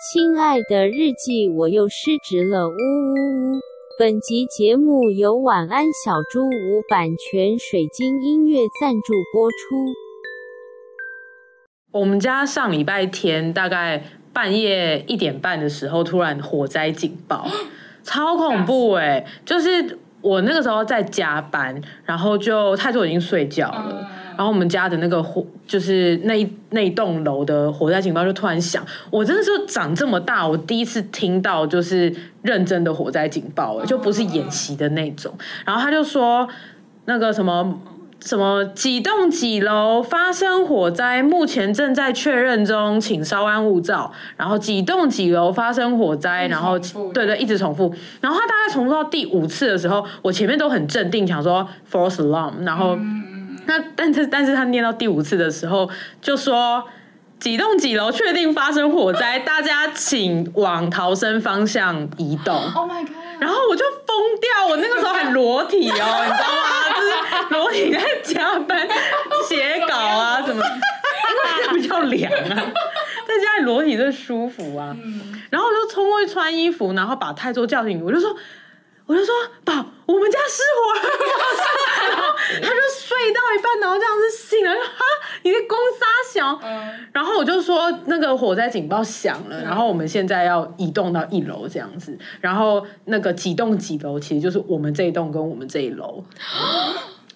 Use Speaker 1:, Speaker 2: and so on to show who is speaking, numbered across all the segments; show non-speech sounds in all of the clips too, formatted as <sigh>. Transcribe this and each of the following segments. Speaker 1: 亲爱的日记，我又失职了，呜呜呜！本集节目由晚安小猪屋版权水晶音乐赞助播出。
Speaker 2: 我们家上礼拜天大概半夜一点半的时候，突然火灾警报，超恐怖哎、就是我那个时候在加班，然后就泰座已经睡觉了。然后我们家的那个火，就是那一那一栋楼的火灾警报就突然响，我真的是长这么大，我第一次听到就是认真的火灾警报、哎就不是演习的那种。然后他就说那个什么什么几栋几楼发生火灾，目前正在确认中，请稍安勿躁。然后几栋几楼发生火灾，然后
Speaker 3: 重复
Speaker 2: 对对，一直重复。然后他大概重复到第五次的时候，我前面都很镇定，想说 false alarm，然后、那但是但是他念到第五次的时候就说。几栋几楼确定发生火灾，大家请往逃生方向移动。
Speaker 3: Oh my god！
Speaker 2: 然后我就疯掉，我那个时候还裸体哦，你知道吗？就是裸体在加班写稿啊什么，因为这比较凉啊，在家里裸体最舒服啊。然后我就冲过去穿衣服，然后把泰州叫醒，我就说，我就说宝，我们家失火了。然后他就睡到一半，然后这样子醒了，就哈，你的公杀小。
Speaker 3: 嗯，
Speaker 2: 然后我就说那个火灾警报响了，然后我们现在要移动到一楼这样子，然后那个几栋几楼其实就是我们这一栋跟我们这一楼，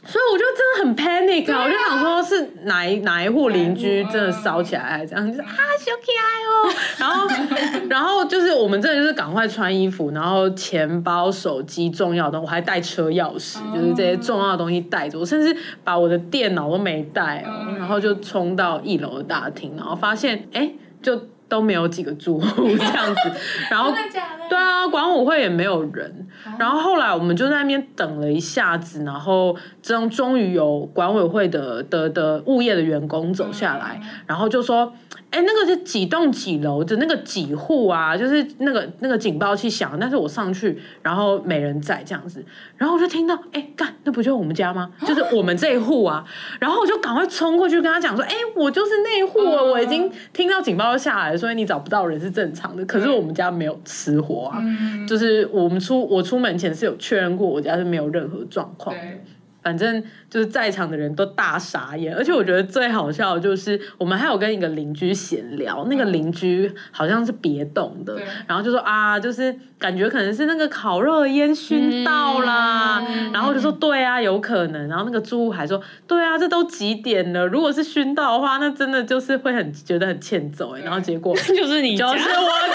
Speaker 2: 所以我就真的很 panic 啊，我就想说是哪一哪一户邻居真的烧起来这样，就是啊小可爱哦，然后然后就是我们真的就是赶快穿衣服，然后钱包、手机、重要的东西，我还带车钥匙，就是这些重要的东西带着，我甚至把我的电脑都没带哦，然后就冲到一楼的大厅，然后发现哎就都没有几个住户这样子，然
Speaker 4: <laughs>
Speaker 2: 后
Speaker 3: 真的假的？
Speaker 2: 对啊，管委会也没有人。然后后来我们就在那边等了一下子，然后终终于有管委会的的的物业的员工走下来，然后就说：“哎，那个是几栋几楼的那个几户啊？就是那个那个警报器响，但是我上去，然后没人在这样子。”然后我就听到：“哎，干，那不就是我们家吗？就是我们这一户啊！”然后我就赶快冲过去跟他讲说：“哎，我就是那一户啊，
Speaker 3: 嗯
Speaker 2: 我已经听到警报下来了，所以你找不到人是正常的。可是我们家没有失火啊。”
Speaker 3: 嗯，
Speaker 2: 就是我们出我出门前是有确认过我家是没有任何状况的，
Speaker 3: 对，
Speaker 2: 反正就是在场的人都大傻眼，而且我觉得最好笑的就是我们还有跟一个邻居闲聊，那个邻居好像是别栋的
Speaker 3: 对，
Speaker 2: 然后就说啊，就是感觉可能是那个烤肉的烟熏到啦，
Speaker 3: 嗯
Speaker 2: 然后我就说对啊，有可能，然后那个住户还说对啊，这都几点了，如果是熏到的话，那真的就是会很觉得很欠揍哎、
Speaker 3: 对
Speaker 2: 然后结果
Speaker 4: 就是你家，
Speaker 2: 就是我家。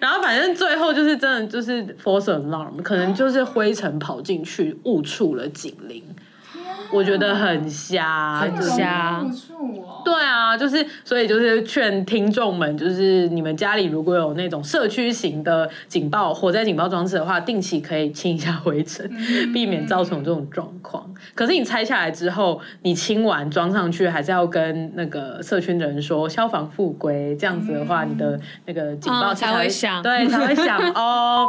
Speaker 2: 然后反正最后就是真的就是 false alarm，可能就是灰尘跑进去误触了警铃，我觉得很瞎，
Speaker 3: 这么
Speaker 2: 就
Speaker 3: 容易
Speaker 2: 是
Speaker 4: 瞎
Speaker 3: 误触哦，
Speaker 2: 对啊，就是所以就是劝听众们，就是你们家里如果有那种社区型的警报火灾警报装置的话，定期可以清一下灰尘，避免造成这种状况。可是你拆下来之后，你清完装上去，还是要跟那个社区的人说消防复归，这样子的话，你的那个警报
Speaker 4: 嗯才会响
Speaker 2: 对，才会
Speaker 4: <laughs>
Speaker 2: 响哦。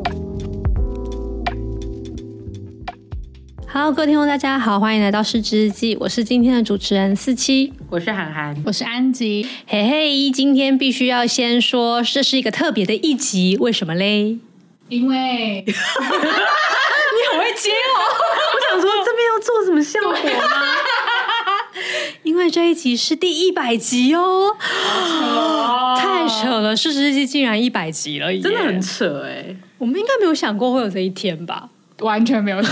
Speaker 5: Hello，各位听众，大家好，欢迎来到失职日记，我是今天的主持人四七。
Speaker 2: 我是涵涵，
Speaker 6: 我是安吉，
Speaker 5: 嘿嘿，今天必须要先说，这是一个特别的一集，为什么嘞？
Speaker 3: 因为
Speaker 2: 我想说这边要做什么效果吗？
Speaker 5: 因为这一集是第一百集哦，太扯了！失职日记竟然一百集了耶，
Speaker 2: 真的很扯哎、
Speaker 4: <laughs>
Speaker 5: 我们应该没有想过会有这一天吧？
Speaker 3: 完
Speaker 4: <laughs>
Speaker 3: 全没有想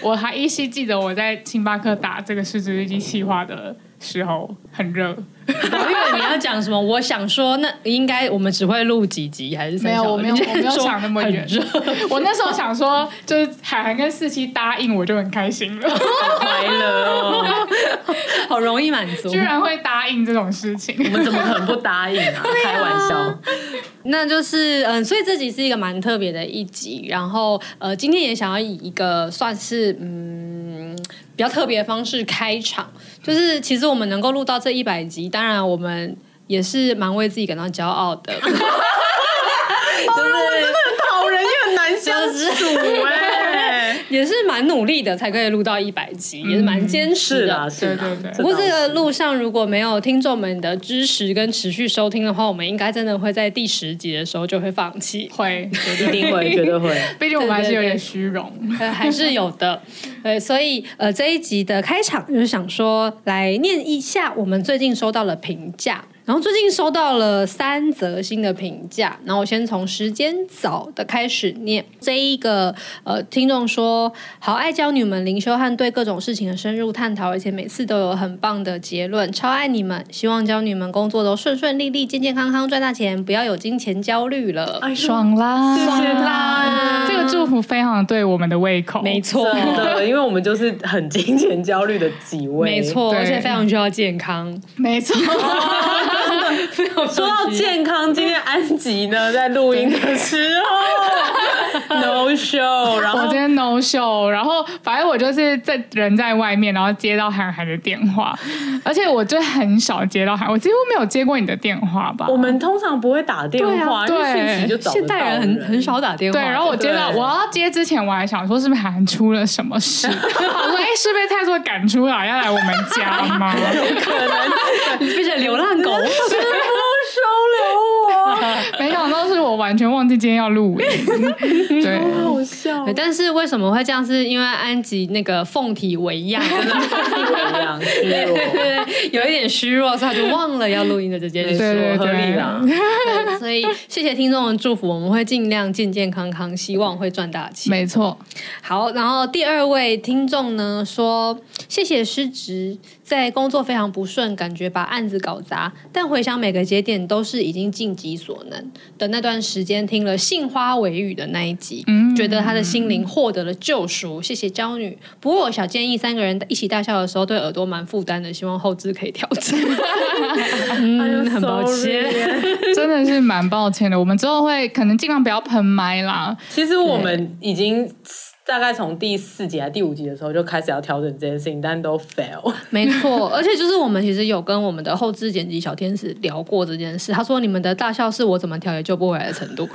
Speaker 3: 过，我还依稀记得我在星巴克打这个失职日记细化的
Speaker 4: 时候很热，
Speaker 5: <laughs> 我以为你要讲什么，我想说那应该我们只会录几集还是三
Speaker 4: 没有，
Speaker 5: 小时
Speaker 4: 我没有，
Speaker 5: 你
Speaker 4: 我没有 <laughs>
Speaker 5: <laughs> 说
Speaker 4: 想那么
Speaker 5: 很
Speaker 4: 远
Speaker 5: 热。
Speaker 4: 我那时候想说，就是海涵跟四七答应，我就很开心 <laughs> 了，
Speaker 2: 快乐哦！
Speaker 5: 好容易满足 <laughs>
Speaker 4: 居。然会答应这种事情。
Speaker 2: 我们怎么可能不答应啊？开玩笑，
Speaker 5: 那就是嗯，所以这集是一个蛮特别的一集。然后呃，今天也想要以一个算是嗯比较特别的方式开场，就是其实我们能够录到这一百集，当然我们也是蛮为自己感到骄
Speaker 2: <laughs>
Speaker 5: 傲的。
Speaker 2: 好人越难相
Speaker 4: <laughs>
Speaker 2: 处哎、
Speaker 5: <laughs> 也是蛮努力的，才可以录到一百集，也是蛮坚持
Speaker 2: 嗯是
Speaker 5: 的。
Speaker 2: 啦，是啦
Speaker 4: 对对对
Speaker 5: 不过这
Speaker 2: 倒
Speaker 5: 个
Speaker 2: 是
Speaker 5: 路上如果没有听众们的支持跟持续收听的话，我们应该真的会在第十集的时候就会放弃，
Speaker 4: 会，绝
Speaker 2: 一
Speaker 4: 对
Speaker 2: 定会，绝对会。
Speaker 4: <laughs> 毕竟我们还是有点虚荣。
Speaker 5: 呃，还是有的。呃，所以呃这一集的开场就是想说来念一下我们最近收到了评价，然后最近收到了三则新的评价，然后我先从时间早的开始念。这一个呃听众说，好爱教你们灵修和对各种事情的深入探讨，而且每次都有很棒的结论，超爱你们！希望教你们工作都顺顺利利、健健康康、赚大钱，不要有金钱焦虑了。
Speaker 4: 哎爽啊啦！谢谢啦！这个祝福非常对我们的胃口。
Speaker 5: <laughs> 没错，
Speaker 2: 真的，因为我们就是很金钱焦虑的几位。
Speaker 5: 没，错，
Speaker 4: 对
Speaker 5: 而且非常需要健康。
Speaker 4: 没错，
Speaker 2: <laughs> 说到健康，今天安吉呢在录音的时
Speaker 5: <laughs>
Speaker 2: 候 no show，然
Speaker 4: <laughs> 我
Speaker 2: 后
Speaker 4: 今天 no show，然后反正我就是在人在外面，然后接到韩寒的电话，而且我就很少接到韩，我几乎没有接过你的电话吧。
Speaker 2: 我们通常不会打电话，因
Speaker 4: 对
Speaker 2: 为
Speaker 4: 啊对
Speaker 2: 讯息就找得
Speaker 5: 现
Speaker 2: 到
Speaker 5: 代人很很。少打电话
Speaker 4: 对，
Speaker 5: 的，
Speaker 4: 然后我接到
Speaker 2: 对
Speaker 4: 我要接之前，我还想说是不是韩寒出了什么事？我说哎，是被泰硕赶出来要来我们家吗？
Speaker 2: 可能
Speaker 5: 变成流浪狗。
Speaker 2: 师傅收留我， <laughs>
Speaker 4: 没想到是我完全忘记今天要录音。对，
Speaker 2: 好好笑
Speaker 5: <laughs> 对，。但是为什么会这样？是因为安吉那个凤体为
Speaker 2: <laughs>
Speaker 5: 恙，
Speaker 2: 一样虚
Speaker 5: <laughs>
Speaker 2: 弱，
Speaker 5: 对对，有一点虚弱，所以他就忘了要录音的这件
Speaker 2: 没
Speaker 5: 事。
Speaker 4: 对对
Speaker 2: 错，合
Speaker 4: 对
Speaker 2: 理啦。
Speaker 5: 对 <laughs> 所以谢谢听众的祝福，我们会尽量健健康康，希望会赚大钱。
Speaker 4: 没错，
Speaker 5: 好，然后第二位听众呢说，谢谢失职，在工作非常不顺，感觉把案子搞砸，但回想每个节点都是已经尽己所能的那段时间，听了杏花微雨的那一集，
Speaker 4: 嗯
Speaker 5: 觉得他的心灵获得了救赎。谢谢娇女，不过我小建议三个人一起大笑的时候对耳朵蛮负担的，希望后置可以调整。嗯，很抱歉。
Speaker 2: 歉。
Speaker 4: <laughs> 真的是蛮抱歉的。我们之后会可能尽量不要喷麦啦。
Speaker 2: 其实我们已经大概从第四集还是第五集的时候就开始要调整这件事情，但都 fail。
Speaker 5: 没错，而且就是我们其实有跟我们的后置剪辑小天使聊过这件事，他说你们的大笑是我怎么调也救不回来的程度， <laughs>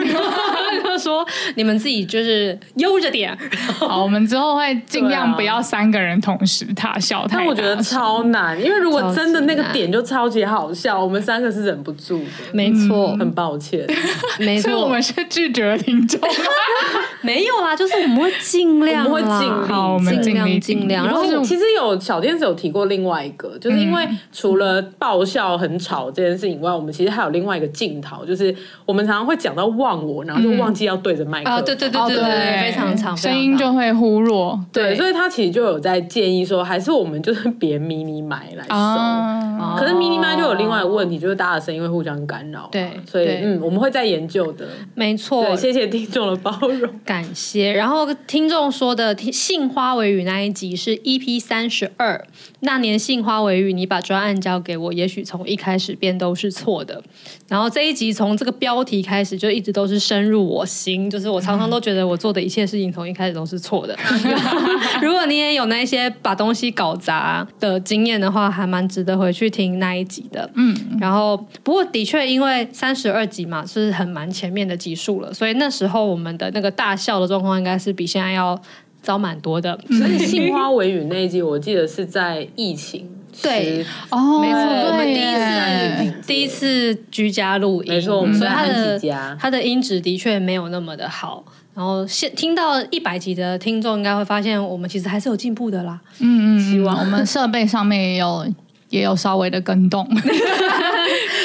Speaker 5: 他说你们自己就是悠着点，
Speaker 4: 好，我们之后会尽量不要三个人同时大笑太大声。
Speaker 2: 但我觉得超难，因为如果真的那个点就超级好笑，我们三个是忍不住的。
Speaker 5: 没错，
Speaker 2: 很抱歉，
Speaker 5: 嗯没
Speaker 4: 所以我
Speaker 5: 错
Speaker 4: 们，是拒绝了听
Speaker 5: <laughs>
Speaker 4: 众。
Speaker 5: 没有啦，就是我们会尽量啦，
Speaker 2: 我们会尽力哦
Speaker 4: 好，我们
Speaker 5: 尽
Speaker 4: 尽力
Speaker 5: 量尽量，
Speaker 4: 然
Speaker 5: 然后
Speaker 4: 后是
Speaker 2: 其实有小天使有提过另外一个，就是因为除了爆笑很吵这件事情以外，我们其实还有另外一个镜头，就是我们常常会讲到忘我，然后就忘记要对着麦克风
Speaker 5: 啊，对对对
Speaker 4: 哦
Speaker 5: 对对，非常长，
Speaker 4: 声音
Speaker 5: 非常
Speaker 4: 就会忽弱
Speaker 2: 对，
Speaker 5: 对
Speaker 2: 所以他其实就有在建议说，还是我们就是别迷你买来收。
Speaker 5: 哦
Speaker 4: 啊。
Speaker 5: 长
Speaker 2: 可是迷你麦就有另外一个问题，就是大家的声音会互相干扰嘛。
Speaker 5: 对
Speaker 2: 所以
Speaker 5: 对哦
Speaker 2: 嗯，我们会再研究的。
Speaker 5: 没错
Speaker 2: 对，，谢谢听众的包
Speaker 5: <laughs>
Speaker 2: 容。
Speaker 5: 感谢。然后听众说的《杏花微雨》那一集是 EP 三十二，那年杏花微雨，你把专案交给我，也许从一开始便都是错的。然后这一集从这个标题开始就一直都是深入我心，就是我常常都觉得我做的一切事情从一开始都是错的。 <laughs> 如果你也有那一些把东西搞砸的经验的话，还蛮值得回去听那一集的。
Speaker 4: 嗯，
Speaker 5: 然后，不过的确，因为三十二集嘛，是很蛮前面的集数了，所以那时候我们的那个大笑的状况，应该是比现在要糟蛮多的。
Speaker 4: 嗯哦
Speaker 2: 所以杏花微雨那一集，我记得是在疫情
Speaker 5: 对
Speaker 2: 时，
Speaker 4: 哦，
Speaker 5: 没错我们
Speaker 4: 对
Speaker 5: 第一次
Speaker 4: 耶
Speaker 2: 对
Speaker 5: 第一次居家录音，
Speaker 2: 没错，我们
Speaker 5: 所
Speaker 2: 在
Speaker 5: 以它
Speaker 2: 安
Speaker 5: 的
Speaker 2: 吉家。
Speaker 5: 它的音质的确没有那么的好。然后现听到一百集的听众，应该会发现我们其实还是有进步的啦。
Speaker 4: 嗯嗯，
Speaker 2: 希望
Speaker 4: 嗯我们设备上面也有也有稍微的跟
Speaker 5: <laughs>
Speaker 4: 动，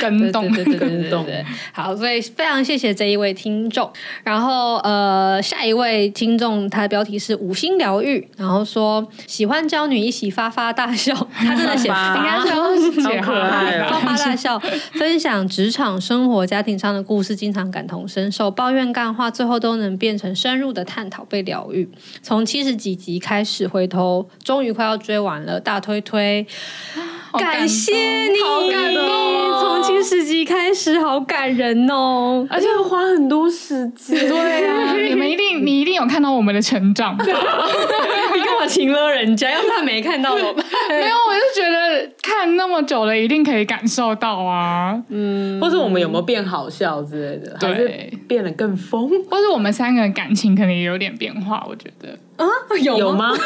Speaker 4: 跟动。
Speaker 5: 对对对对对
Speaker 2: 跟
Speaker 5: 对
Speaker 2: 动
Speaker 5: 对。好，所以非常谢谢这一位听众。然后呃，下一位听众他的标题是五星疗愈，然后说喜欢娇女一起发发大笑，他真的写
Speaker 2: 发
Speaker 5: 应该是要
Speaker 2: 好
Speaker 4: 解
Speaker 2: 可爱
Speaker 5: 发
Speaker 2: 哦
Speaker 5: 发大笑，分享职场、生活、家庭上的故事，经常感同身受，抱怨干话，最后都能变成深入的探讨，被疗愈。从七十几集开始回头，终于快要追完了，大推推，
Speaker 4: 好感动
Speaker 5: 谢你，
Speaker 4: 好感动哦
Speaker 5: 从七十集开始，好感人哦。
Speaker 2: 而且花很多时间。
Speaker 4: 对啊，你们一定，你一定有看到我们的成
Speaker 5: <laughs>
Speaker 4: 长吧？
Speaker 5: 你干嘛情了人家？要是他没看到我们，
Speaker 4: <laughs> 没有，我就觉得看那么久了，一定可以感受到啊。
Speaker 2: 或者我们有没有变好笑之类的，还
Speaker 4: 对
Speaker 2: 是变得更疯？
Speaker 4: 或者我们三个人感情可能也有点变化，我觉
Speaker 2: <laughs>
Speaker 4: 得。
Speaker 5: 有
Speaker 2: 有？吗？
Speaker 4: <laughs> 啊就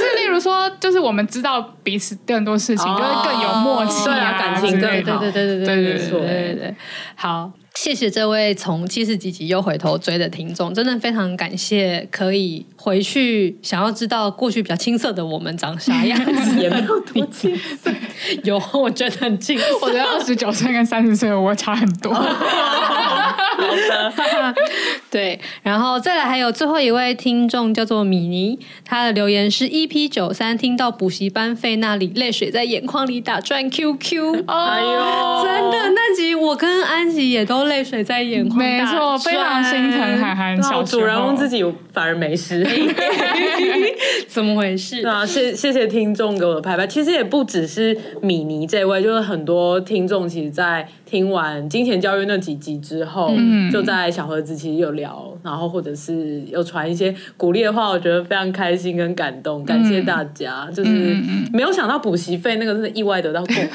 Speaker 4: 是例如说，就是我们知道彼此更多事情，
Speaker 2: 哦
Speaker 4: 就是更有默契
Speaker 2: 对啊感情
Speaker 4: 之类的
Speaker 5: 对对
Speaker 2: 更好
Speaker 5: 对对对
Speaker 4: 对对
Speaker 5: 对对
Speaker 4: 对
Speaker 5: 对
Speaker 2: 对
Speaker 5: 对对，好。谢谢这位从七十几集又回头追的听众，真的非常感谢，可以回去想要知道过去比较青涩的我们长啥样子。
Speaker 2: 也没有多近，
Speaker 5: 有，我觉得很青涩。
Speaker 4: 我觉得二十九岁跟三十岁我差很
Speaker 2: <laughs>
Speaker 4: 多。
Speaker 2: 哦
Speaker 5: <laughs> 对，然后再来还有最后一位听众叫做米妮，他的留言是 EP 九三，听到补习班费那里，泪水在眼眶里打转，QQ。
Speaker 4: 哦
Speaker 2: 哎呦，
Speaker 5: 哦真的，那集我跟安吉也都泪水在眼眶
Speaker 4: 没
Speaker 5: 打转，
Speaker 4: 错，非常心疼啊涵涵
Speaker 2: 那
Speaker 4: 小
Speaker 2: 我
Speaker 4: 时候
Speaker 2: 啊主人翁自己反而没
Speaker 4: <laughs>
Speaker 2: 事。
Speaker 5: <laughs>
Speaker 2: <laughs>
Speaker 5: 怎么回事？
Speaker 2: 对啊，谢谢谢听众给我的拍拍。其实也不只是米妮这位，就是很多听众其实，在听完《金钱教育》那几集之后，
Speaker 4: 嗯
Speaker 2: 就在小盒子其实有聊，然后或者是有传一些鼓励的话，我觉得非常开心跟感动，感谢大家。就是没有想到补习费那个真的意外得到共鸣，
Speaker 4: 补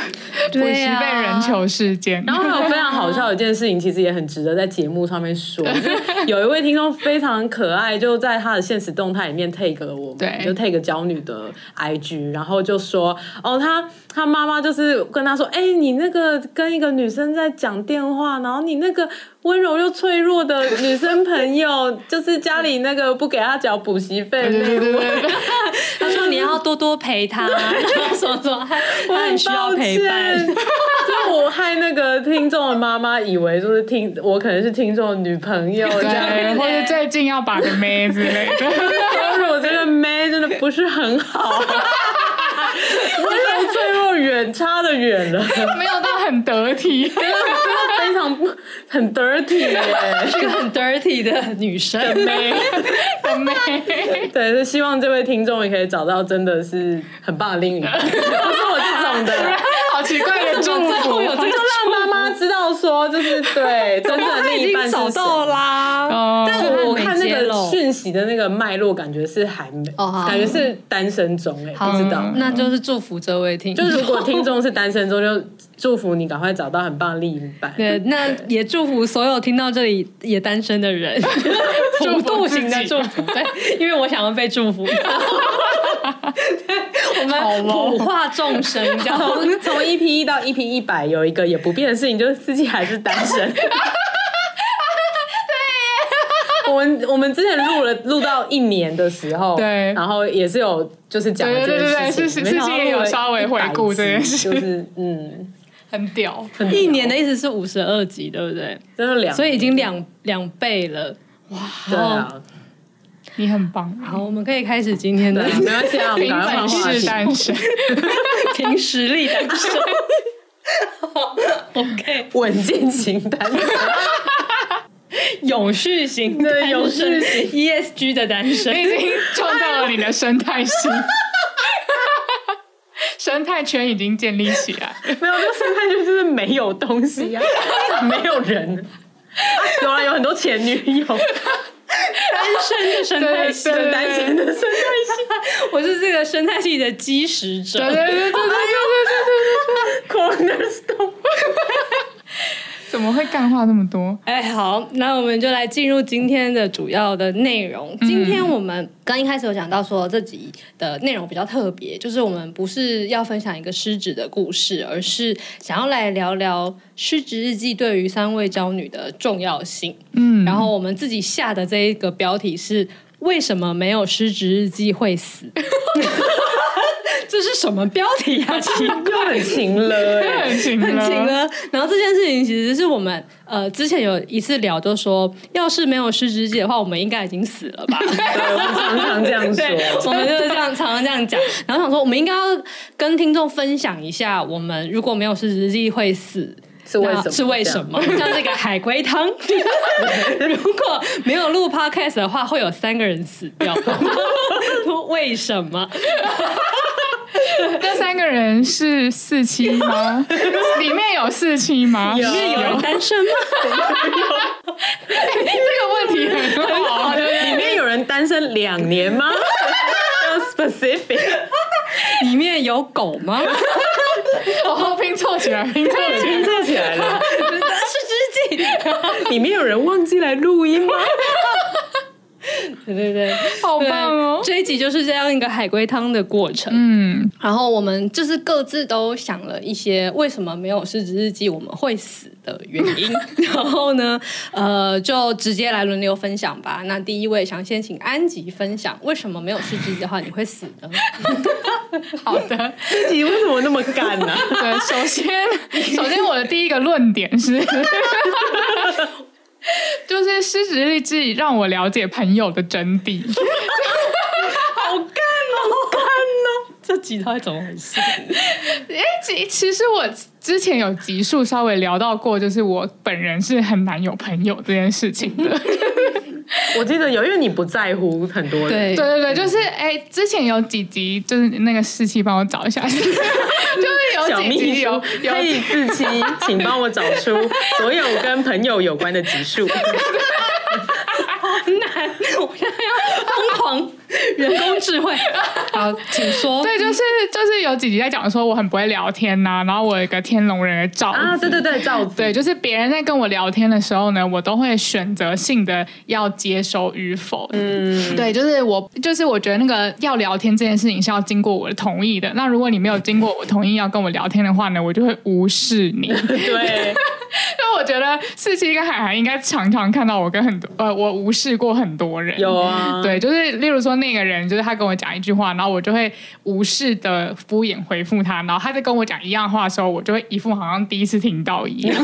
Speaker 5: 对
Speaker 4: 习
Speaker 5: 啊
Speaker 4: 被人球事件，
Speaker 2: 然后还有非常好笑的一件事情，其实也很值得在节目上面说。就是有一位听众非常可爱，就在他的现实动态里面 take 了我
Speaker 4: 对
Speaker 2: 们，就 take 娇女的 IG，然后就说哦，他他妈妈就是跟他说，哎、你那个跟一个女生在讲电话，然后你那个温柔又脆弱的女生朋友，就是家里那个不给她缴补习费
Speaker 4: 对对
Speaker 2: 那
Speaker 4: 对
Speaker 2: 位。<laughs>
Speaker 4: 对对，
Speaker 5: 他说你要多多陪他，然后什么什么，他
Speaker 2: 我
Speaker 5: 他很需要陪伴。 <laughs>
Speaker 2: 就我害那个听众的妈妈以为就是听我可能是听众的女朋友这样，
Speaker 4: 对或者最近要把个妹之类
Speaker 2: <laughs>
Speaker 4: 的，
Speaker 2: 但是我这个妹真的不是很好，温柔脆弱远差的远了，真的
Speaker 4: 没有到很得
Speaker 2: <laughs>
Speaker 4: 体。 <laughs>
Speaker 2: 非常不很 dirty 耶、
Speaker 5: 是个很 dirty 的女生，
Speaker 4: <laughs>
Speaker 2: 妹，
Speaker 4: 的妹，
Speaker 2: 对，就希望这位听众也可以找到真的是很棒的另一半，不是我这种
Speaker 5: <laughs>
Speaker 2: 的。
Speaker 4: 好奇怪 <laughs> 的祝福，
Speaker 2: 就让妈妈知道说，就是对真正的
Speaker 5: 他已
Speaker 2: 另一半
Speaker 5: <laughs> 经
Speaker 2: 是
Speaker 5: 找到
Speaker 2: 谁
Speaker 5: 啦。
Speaker 4: 哦
Speaker 2: <laughs> 但我我看那
Speaker 5: 还没揭
Speaker 2: 个
Speaker 5: 露
Speaker 2: 讯息的那个脉络，感觉是还没，
Speaker 5: 哦好
Speaker 2: 感觉是单身中哎、不知道。
Speaker 5: 那就是祝福这位听
Speaker 2: 就
Speaker 5: 众，
Speaker 2: 是如果听众是单身中，就祝福你赶快找到很棒的另一半。
Speaker 5: <laughs> 对，那也祝福所有听到这里也单身的人，
Speaker 4: 祝
Speaker 5: <laughs> 幅
Speaker 4: 福
Speaker 5: 度型的
Speaker 4: 自己
Speaker 5: 祝福，对，因为我想要被祝福。我们普化众生，这样
Speaker 2: 从从一 P 一到一 P 一百，有一个也不变的事情，就是司机还是单
Speaker 4: <laughs>
Speaker 2: 身。我们我们之前录了录到一年的时候，
Speaker 4: 对
Speaker 2: 然后也是有就是讲了这
Speaker 4: 对对
Speaker 2: 件
Speaker 4: 对
Speaker 2: 事
Speaker 4: 对
Speaker 2: 情，
Speaker 4: 是是
Speaker 2: 没想到
Speaker 4: 是也有
Speaker 2: 录了
Speaker 4: 稍微回顾
Speaker 2: 100
Speaker 4: 这件
Speaker 2: 集
Speaker 4: 事
Speaker 2: 就是嗯，
Speaker 4: 很屌，
Speaker 2: 很
Speaker 5: <laughs> 一年的意思是五十二集，对不对？
Speaker 2: 真的两，
Speaker 5: 所以已经两两倍了。
Speaker 2: 对
Speaker 4: 哦
Speaker 2: 啊，
Speaker 4: 你很棒，啊
Speaker 5: 好，我们可以开始今天
Speaker 2: 对
Speaker 5: 的
Speaker 2: 啊，没关系啊，我们
Speaker 4: <laughs> 平
Speaker 2: 赶快
Speaker 4: 凡
Speaker 2: 换话
Speaker 4: 是
Speaker 2: 题。
Speaker 4: 单 <laughs> 身，
Speaker 5: <laughs> 凭实力单身。OK，
Speaker 2: 稳健型单身，
Speaker 5: 永续型
Speaker 2: 对
Speaker 5: 单身
Speaker 2: 永续型
Speaker 5: ESG 的单身
Speaker 4: 你已经创造了你的生态系，生态圈已经建立起来。 <laughs>
Speaker 2: 没有，就生态圈就是没有东西啊，没有人。啊有啊，有很多前女友，
Speaker 5: 单身的生态系，
Speaker 4: 对对
Speaker 2: 很单身的生态
Speaker 5: 我是这个生态系的基石者
Speaker 4: 对。对对对对对对对
Speaker 2: 系 cornerstone。
Speaker 4: 对，怎么会干话那么多？
Speaker 5: 哎，好，那我们就来进入今天的主要的内容。今天我们刚一开始有讲到说，这集的内容比较特别，就是我们不是要分享一个失职的故事，而是想要来聊聊失职日记对于三位娇女的重要性。
Speaker 4: 嗯，
Speaker 5: 然后我们自己下的这一个标题是“为什么没有失职日记会死”， <laughs> 这是什么标题啊？奇
Speaker 2: 就很勤了、欸，
Speaker 4: 很勤
Speaker 5: 很紧
Speaker 4: 了。
Speaker 5: 了。然后这件事情其实是我们呃之前有一次聊，就说要是没有失职姐的话，我们应该已经死了
Speaker 2: <laughs>
Speaker 5: 吧？
Speaker 2: 对，我们常常这样说。
Speaker 5: 我们就是这样常常这样讲。然后想说，我们应该要跟听众分享一下，我们如果没有失职记会死。
Speaker 2: 是为什
Speaker 5: 那
Speaker 2: 么？
Speaker 5: 是为什？么？像这个海
Speaker 2: <laughs>
Speaker 5: 龟汤，如果没有录 podcast 的话，会有三个人死掉。 <laughs> 为什么？
Speaker 4: 那三个人是四七吗？里面有四七吗？
Speaker 5: 里面有人单身
Speaker 2: <laughs>
Speaker 5: 吗？
Speaker 4: 这个问题很好。啊
Speaker 2: 里面有人单身两年吗？要 specific，
Speaker 5: 里面有狗吗？
Speaker 4: <laughs> 哦，拼凑起来，拼凑起来。
Speaker 2: 拼凑起来了。
Speaker 5: <laughs> 是知己。
Speaker 2: 里面有人忘记来录音吗？
Speaker 5: 对对对，
Speaker 4: 好棒哦
Speaker 5: 对这一集就是这样一个海龟汤的过程。
Speaker 4: 嗯，
Speaker 5: 然后我们就是各自都想了一些为什么没有失职日记我们会死的原因，然后呢，呃，就直接来轮流分享吧。那第一位想先请安吉分享，为什么没有失职的话你会死呢？
Speaker 4: 好的。
Speaker 2: 自己为什么那么干啊呢、
Speaker 4: 对，首先，首先我的第一个论点是， <laughs> 就是失职日记让我了解朋友的真谛。
Speaker 5: 哦
Speaker 2: 哦
Speaker 5: 这集他会怎么回事？
Speaker 4: 哎，其其实我之前有集数稍微聊到过，就是我本人是很难有朋友这件事情的。
Speaker 2: 我记得有，因为你不在乎很多人。
Speaker 4: 对
Speaker 5: 对
Speaker 4: 对对，就是哎、之前有几集就是那个士气帮我找
Speaker 2: <laughs>
Speaker 4: 一下，就是有
Speaker 2: 小
Speaker 4: 几集
Speaker 2: 秘
Speaker 4: 有
Speaker 2: 书
Speaker 4: 有
Speaker 2: 黑以四期，请帮我找
Speaker 5: <laughs>
Speaker 2: 出所有跟朋友有关的集数。
Speaker 5: 我现在要疯狂人工智慧。好，请说。
Speaker 4: 对，就是就是有几集在讲说我很不会聊天呐、然后我有一个天龙人的罩子
Speaker 2: 啊，对对对，罩子，
Speaker 4: 对，就是别人在跟我聊天的时候呢，我都会选择性的要接收与否。嗯，对，就是我，就是我觉得那个要聊天这件事情是要经过我的同意的。那如果你没有经过我同意要跟我聊天的话呢，我就会无视
Speaker 2: <laughs>
Speaker 4: 你。
Speaker 5: <laughs>
Speaker 2: 对，
Speaker 4: 所以我觉得四七跟海涵应该常常看到我跟很多呃，我无视过很多人。
Speaker 2: 有啊，
Speaker 4: 对，就是例如说那个人，就是他跟我讲一句话，然后我就会无视的敷衍回复他，然后他在跟我讲一样话的时候，我就会一副好像第一次听到一样。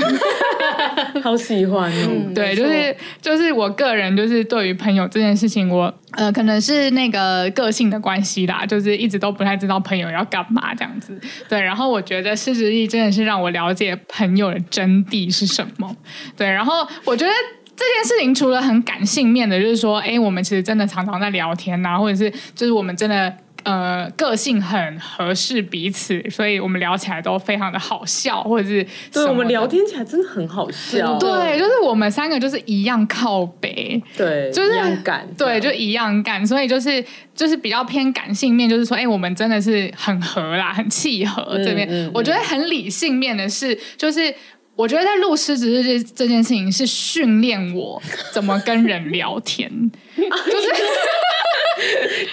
Speaker 2: 好喜欢哦。
Speaker 5: 嗯
Speaker 4: 对，就
Speaker 5: 没
Speaker 4: 是就是我个人就是对于朋友这件事情我，呃可能是那个个性的关系啦，就是一直都不太知道朋友要干嘛这样子。对，然后我觉得失职力真的是让我了解朋友的真谛是什么。对，然后我觉得。这件事情除了很感性面的，就是说，哎，我们其实真的常常在聊天呐、或者是就是我们真的呃个性很合适彼此，所以我们聊起来都非常的好笑，或者是
Speaker 2: 对，
Speaker 4: 什
Speaker 2: 我
Speaker 4: 么
Speaker 2: 们
Speaker 4: 的
Speaker 2: 聊天起来真的很好笑。
Speaker 4: 对，就是我们三个就是一样靠北，
Speaker 2: 对，
Speaker 4: 就是
Speaker 2: 一样感，
Speaker 4: 对，就一样干，所以就是就是比较偏感性面，就是说，哎、我们真的是很合啦， <laughs> 很契合这边。
Speaker 2: 嗯嗯
Speaker 4: 我觉得很理性面的是，就是。我觉得在录《失职日记》这件事情是训练我怎么跟人聊天，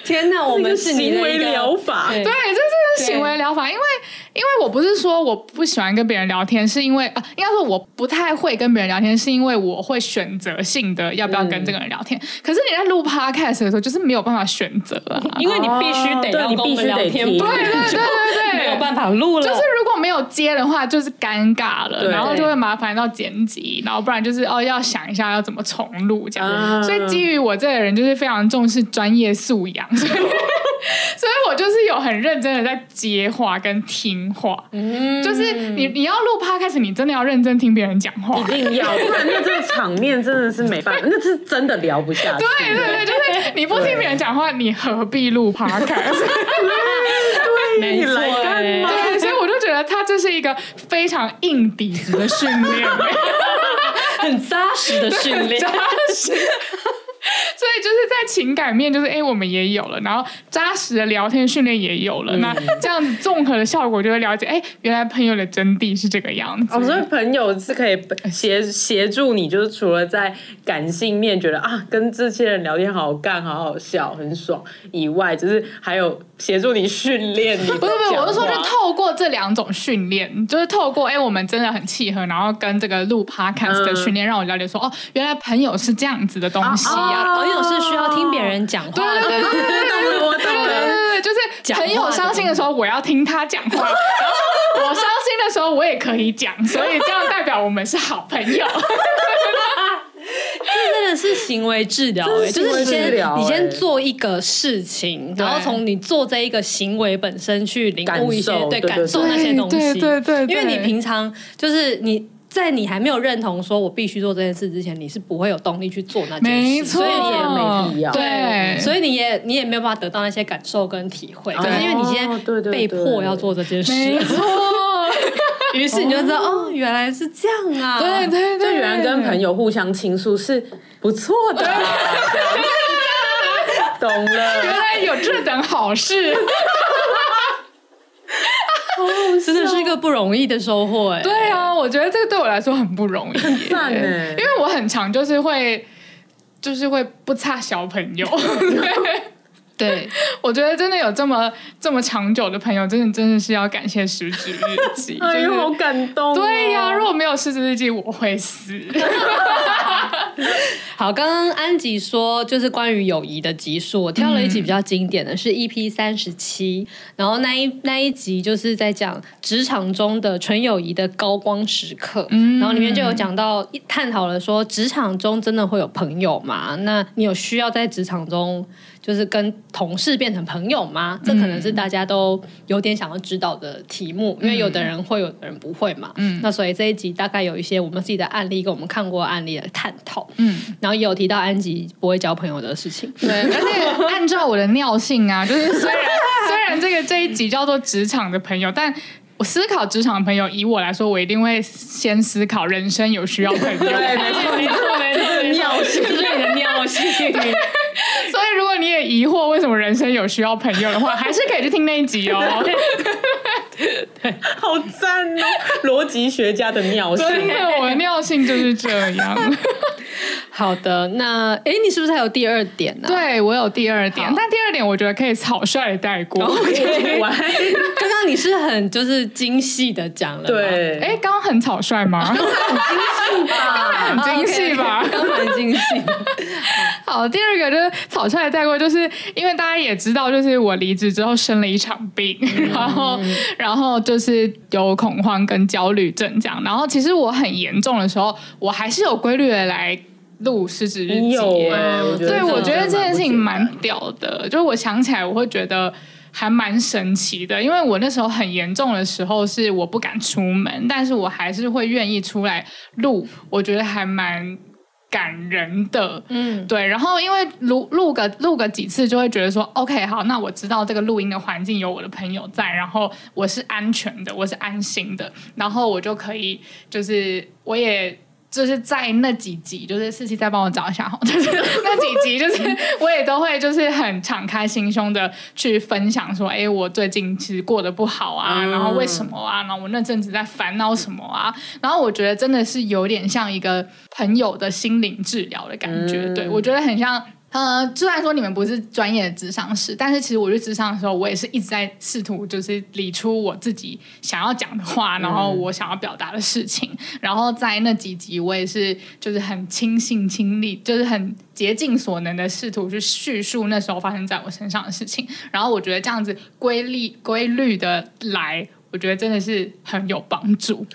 Speaker 5: 天哪，我
Speaker 2: 我
Speaker 5: 们
Speaker 2: 们
Speaker 5: 是你的
Speaker 2: 行为
Speaker 5: 一个
Speaker 2: 疗法。
Speaker 5: 对
Speaker 4: 对，这
Speaker 5: 对
Speaker 4: 是行为疗法。因为因为我不是说我不喜欢跟别人聊天，是因为啊、应该说我不太会跟别人聊天，是因为我会选择性的要不要跟这个人聊天。可是你在录 podcast 的时候，就是没有办法选择啊。
Speaker 5: 因为你必须
Speaker 2: 哦
Speaker 5: 得
Speaker 2: 对
Speaker 5: 要
Speaker 2: 你
Speaker 5: 跟我
Speaker 2: 必须
Speaker 5: 们聊
Speaker 2: 得
Speaker 5: 天，
Speaker 2: 听
Speaker 5: 不然
Speaker 4: <laughs> 对对对
Speaker 5: 就
Speaker 4: 对对，
Speaker 5: <laughs> 没有办法录了。
Speaker 4: 就是如果没有接的话，就是尴尬了，
Speaker 2: 对
Speaker 4: 然后就会麻烦到剪辑，然后不然就是哦要想一下要怎么重录这样。
Speaker 2: 啊
Speaker 4: 所以基于我这个人就是非常重视专业素养， <laughs> 所以所以我就是有很认真的在接话跟听话，就是你你要录 podcast，你真的要认真听别人讲话
Speaker 2: 一。定要，不然那这个场面真的是没办法，那是真的聊不下去。
Speaker 4: 对对对，就是你不听别人讲话，你何必录 podcast？
Speaker 2: <laughs> 对你来干嘛？
Speaker 4: 对，所以我就觉得它这是一个非常硬底子的训 <laughs> 练。
Speaker 5: 很扎实的训
Speaker 4: <laughs>
Speaker 5: 练，
Speaker 4: 扎实。所以就是在情感面，就是哎、诶我们也有了，然后扎实的聊天训练也有了，那这样子综合的效果就会了解，哎、原来朋友的真谛是这个样子。
Speaker 2: 哦，所以朋友是可以协协助你，就是除了在感性面觉得啊，跟这些人聊天好好干、好好笑、很爽以外，就是还有协助你训练你。
Speaker 4: 不
Speaker 2: 不
Speaker 4: 是不是，我是说，就
Speaker 2: 啊
Speaker 4: 透过这两种训练，就是透过哎、诶我们真的很契合，然后跟这个录 podcast 的训练，让我了解说，哦，原来朋友是这样子的东西啊。
Speaker 2: 啊
Speaker 5: 朋友是需要听别人讲话
Speaker 4: 对对
Speaker 5: 的。
Speaker 4: 对对对
Speaker 2: 懂了，我懂
Speaker 4: 对
Speaker 2: 了。
Speaker 4: 对对，就是
Speaker 5: 讲话
Speaker 4: 朋友伤心的时候，我要听他讲 <laughs> 话；然后我伤心的时候，我也可以讲，所以这样代表我们是好朋
Speaker 5: <laughs>
Speaker 4: 友。
Speaker 5: 真的是行为治疗、欸，
Speaker 2: 这
Speaker 5: 就
Speaker 2: 行为
Speaker 5: 是是你先
Speaker 2: 治疗欸
Speaker 5: 你先做一个事情，然后从你做这一个行为本身去领悟一些
Speaker 2: 感受对
Speaker 5: 对
Speaker 2: 对
Speaker 5: 感受那些东西，
Speaker 4: 对对对对
Speaker 5: 因为你平常就是你。在你还没有认同说我必须做这件事之前，你是不会有动力去做那件事，
Speaker 4: 没错，
Speaker 5: 所以你也
Speaker 2: 没必要
Speaker 4: 对，
Speaker 5: 所以你也你也没有办法得到那些感受跟体会，
Speaker 2: 对
Speaker 5: 可是因为你今
Speaker 2: 哦对对
Speaker 5: 天被迫要做这件事，
Speaker 4: 没 <laughs> 错，
Speaker 5: 于是你就知道哦，原来是这样啊，
Speaker 4: 对对
Speaker 2: 就
Speaker 4: 对，
Speaker 2: 原来跟朋友互相倾诉是不错的啊，懂
Speaker 4: 原
Speaker 2: 了。
Speaker 4: 来有这等好 <laughs> 事，
Speaker 5: 真的是一个不容易的收获哎、
Speaker 4: 对啊，我觉得这个对我来说很不容易耶，很
Speaker 2: 赞欸
Speaker 4: 因为我很常就是会。就是会不差小朋
Speaker 2: <laughs>
Speaker 4: 友，对，
Speaker 5: 对，
Speaker 4: 我觉得真的有这么这么长久的朋友，真的真的是要感谢十指日记，
Speaker 2: 哎
Speaker 4: 就
Speaker 2: 呦，
Speaker 4: 是
Speaker 2: 好感动哦！
Speaker 4: 对呀、如果没有失职日记，我会 <laughs> 死。
Speaker 5: 好，刚刚安吉说就是关于友谊的集数，我挑了一集比较经典
Speaker 4: 嗯
Speaker 5: 的是 EP 三十七，然后那一那一集就是在讲职场中的纯友谊的高光时刻，
Speaker 4: 嗯
Speaker 5: 然后里面就有讲到探讨了说职场中真的会有朋友吗？那你有需要在职场中就是跟同事变成朋友吗？这可能
Speaker 4: 嗯
Speaker 5: 是大家都有点想要知道的题目，因为有的人会，有的人不会嘛。
Speaker 4: 嗯
Speaker 5: 那所以这一集大概有一些我们自己的案例跟我们看过的案例的探讨。
Speaker 4: 嗯，
Speaker 5: 然后也有提到安吉不会交朋友的事 <laughs> 情。
Speaker 4: 对，而且按照我的尿性啊， <laughs> 就是虽然虽然这个这一集叫做职场的朋友，但。我思考职场朋友，以我来说，我一定会先思考人生有需要朋友。
Speaker 2: 对，没错，你这么这个尿性，
Speaker 5: 就是你的尿性，
Speaker 4: 所以如果你也疑惑为什么人生有需要朋友的话，还是可以去听那一 <laughs> 集哦。
Speaker 2: 好赞哦！逻辑学家的尿性，
Speaker 4: 真的，我的尿性就是这样。
Speaker 5: 好的，那哎，诶你是不是还有第二点啊呢、，
Speaker 4: <laughs> 对我有第二点
Speaker 5: 好，
Speaker 4: 但第二点我觉得可以草率的带过。
Speaker 2: 完
Speaker 5: 刚刚你是很就是精细的讲了吗，
Speaker 2: 对，
Speaker 4: 哎，刚刚 <laughs> 很草率吗？ <laughs>
Speaker 5: 啊，
Speaker 4: 很精细吧
Speaker 5: OK，OK，刚蛮精细。
Speaker 4: 好，第二个就是草率地带过，就是因为大家也知道，就是我离职之后生了一场病，
Speaker 2: 嗯
Speaker 4: 然后然后就是有恐慌跟焦虑症这样，然后其实我很严重的时候，我还是有规律的来录失职日
Speaker 2: 你
Speaker 4: 记
Speaker 2: 有
Speaker 4: 耶，
Speaker 2: 哎，
Speaker 5: 对
Speaker 4: 对，
Speaker 5: 这
Speaker 4: 欸我
Speaker 5: 个
Speaker 4: 觉得
Speaker 2: 真的
Speaker 4: 这件事情蛮
Speaker 2: 不简
Speaker 4: 屌的，就是我想起来，我会觉得还蛮神奇的，因为我那时候很严重的时候，是我不敢出门，但是我还是会愿意出来录，我觉得还蛮感人的。
Speaker 5: 嗯，
Speaker 4: 对，然后因为录录个录个几次，就会觉得说，OK，好，那我知道这个录音的环境有我的朋友在，然后我是安全的，我是安心的，然后我就可以，就是我也。就是在那几集，就是四七再帮我找一下哈，就是 <laughs> 那几集，就是我也都会就是很敞开心胸的去分享说，哎、我最近其实过得不好啊，
Speaker 2: 嗯
Speaker 4: 然后为什么啊，然后我那阵子在烦恼什么啊，然后我觉得真的是有点像一个朋友的心灵治疗的感觉，
Speaker 2: 嗯
Speaker 4: 对我觉得很像。呃，虽然说你们不是专业的智商师，但是其实我去智商的时候，我也是一直在试图就是理出我自己想要讲的话，然
Speaker 2: 嗯
Speaker 4: 后我想要表达的事情。然后在那几集，我也是就是很倾心倾力，就是很竭尽所能的试图去叙述那时候发生在我身上的事情。然后我觉得这样子规律规律的来，我觉得真的是很有帮助。
Speaker 2: 单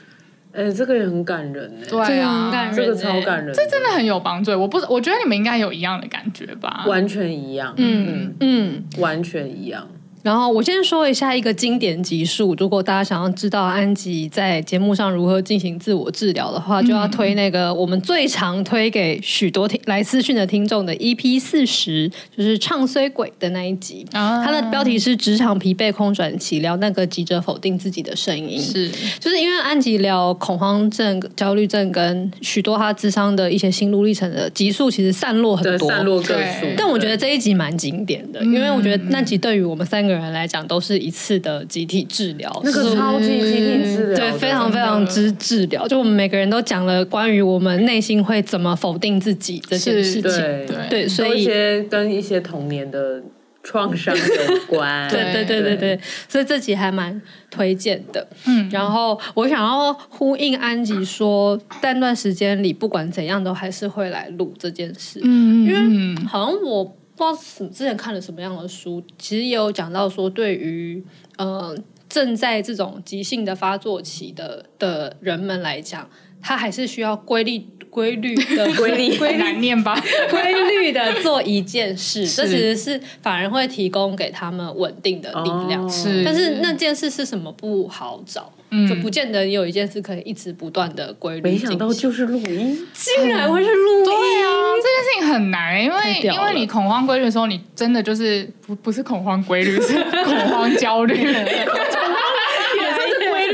Speaker 2: 哎，这个也很感人哎，
Speaker 4: 对啊，
Speaker 2: 这个超感人，
Speaker 4: 这真的很啊有帮助。我不，我觉得你们应该有一样的感觉吧？
Speaker 2: 完全一样，嗯，
Speaker 5: 嗯。
Speaker 2: 完全一样。
Speaker 5: 然后我先说一下一个经典集数，如果大家想要知道安吉在节目上如何进行自我治疗的话，就要推那个我们最常推给许多听来私讯的听众的 EP 四十，就是唱衰鬼的那一集。
Speaker 4: 啊
Speaker 5: 它的标题是“职场疲惫空转期”，聊那个急着否定自己的声音。
Speaker 4: 是
Speaker 5: 就是因为安吉聊恐慌症、焦虑症跟许多他智商的一些心路历程的集数，其实散落很
Speaker 2: 对，
Speaker 5: 多。
Speaker 2: 散落各
Speaker 4: 对
Speaker 2: 处。
Speaker 5: 但我觉得这一集蛮经典的，因为我觉得那集对于我们三个人来讲都是一次的集体治疗，
Speaker 2: 那
Speaker 5: 就
Speaker 2: 个
Speaker 5: 是
Speaker 2: 超级集体治疗的，
Speaker 5: 对非常非常之治疗。就我们每个人都讲了关于我们内心会怎么否定自己这件
Speaker 4: 是
Speaker 5: 事情，
Speaker 2: 对
Speaker 4: 对
Speaker 5: 对，所
Speaker 2: 都一
Speaker 5: 以
Speaker 2: 些跟一些童年的创伤有关。
Speaker 5: <laughs> 对对对对对，所以这集还蛮推荐的。
Speaker 4: 嗯，
Speaker 5: 然后我想要呼应安吉说，但段时间里不管怎样都还是会来录这件事，
Speaker 4: 嗯，
Speaker 5: 因为
Speaker 4: 嗯
Speaker 5: 好像我不知道什之前看了什么样的书，其实也有讲到说，对于呃正在这种急性的发作期的的人们来讲，他还是需要规律规律的
Speaker 2: 规律
Speaker 5: 规律
Speaker 4: 难念吧？
Speaker 5: 规律的做一件事，
Speaker 4: 是
Speaker 5: 这其实是反而会提供给他们稳定的 <laughs> 力量。
Speaker 2: 哦
Speaker 4: 是
Speaker 5: 但是那件事是什么不好找，
Speaker 4: 嗯
Speaker 5: 就不见得有一件事可以一直不断的规律进
Speaker 2: 没
Speaker 5: 行。
Speaker 2: 想到就是录音，
Speaker 5: 竟然会是录音，
Speaker 4: 对啊，这件事情很难，欸因为
Speaker 5: 太屌
Speaker 4: 因为
Speaker 5: 了
Speaker 4: 你恐慌规律的时候，你真的就是不不是恐慌规律， <laughs> 是恐慌焦虑，
Speaker 2: 规律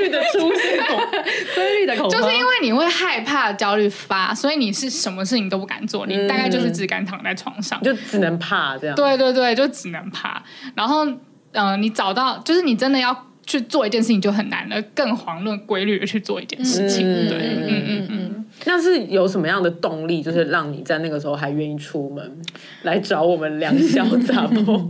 Speaker 2: 的出现。
Speaker 5: <laughs> 规律的恐
Speaker 4: <laughs> 就是因为你会害怕焦虑发，所以你是什么事情都不敢做，你大概就是只敢躺在床上。
Speaker 2: 就只能怕这样。
Speaker 4: 对对对，就只能爬。然后，嗯、你找到就是你真的要去做一件事情就很难了，更遑论规律的去做一件事情。
Speaker 2: 嗯
Speaker 4: 对，
Speaker 5: 嗯
Speaker 4: 嗯嗯
Speaker 5: 嗯嗯，
Speaker 2: 那是有什么样的动力，就是让你在那个时候还愿意出门来找我们两小杂
Speaker 4: <laughs>
Speaker 2: 包？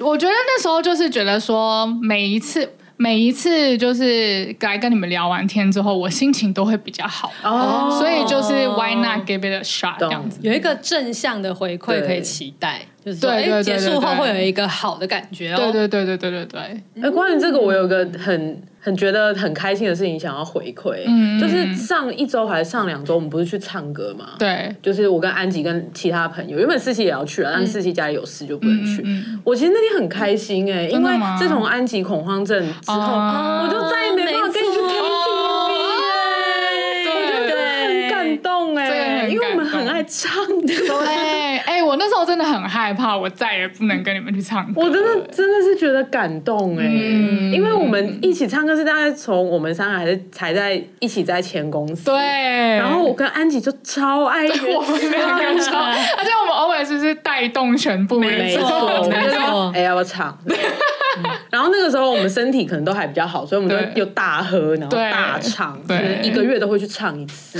Speaker 4: 我觉得那时候就是觉得说，每一次每一次就是来跟你们聊完天之后，我心情都会比较好，
Speaker 2: 哦
Speaker 4: 所以就是 why not give it a shot 这
Speaker 2: 懂
Speaker 4: 样子。
Speaker 5: 有一个正向的回馈
Speaker 2: 对
Speaker 5: 可以期待，就是说，
Speaker 4: 对对对
Speaker 5: 哎，结
Speaker 4: 对
Speaker 5: 束后
Speaker 4: 对
Speaker 5: 会有一个好的感觉哦。
Speaker 4: 对对对对对对对，
Speaker 2: 哎，关于这个，我有个很很觉得很开心的事情想要回馈，
Speaker 4: 嗯
Speaker 2: 就是上一周还是上两周，我们不是去唱歌吗？
Speaker 4: 对，
Speaker 2: 就是我跟安吉跟其他朋友，原本四期也要去啊，但四期家里有事就不能去。
Speaker 4: 嗯嗯
Speaker 2: 我其实那天很开心哎、因
Speaker 4: 真的
Speaker 2: 为
Speaker 4: 吗
Speaker 2: 自从安吉恐慌症之后，
Speaker 5: 啊
Speaker 2: 啊
Speaker 4: 哦
Speaker 2: 我就再也没办法跟你去 KTV 哎，我
Speaker 4: 对
Speaker 2: 就觉得很感动
Speaker 4: 这个
Speaker 2: 哎、
Speaker 4: 很感动
Speaker 2: 因为我们很爱唱
Speaker 4: 对，
Speaker 2: 歌。
Speaker 4: 哎、我那时候真的很害怕，我再也不能跟你们去唱歌。
Speaker 2: 我真的真的是觉得感动哎、
Speaker 4: 嗯
Speaker 2: 因为我们一起唱歌是大概从我们三个还是才在一起在前公司，
Speaker 4: 对，，
Speaker 2: 然后我跟安吉就超爱乐器，
Speaker 4: <laughs> 我们没有感受，而且我们偶尔就是带动全部人，
Speaker 2: 没错，我们就说哎要不要唱？然后那个时候我们身体可能都还比较好，所以我们就
Speaker 4: 对
Speaker 2: 又大喝，然后
Speaker 4: 对
Speaker 2: 大唱，就
Speaker 4: 对
Speaker 2: 是一个月都会去唱一
Speaker 4: <laughs>
Speaker 2: 次，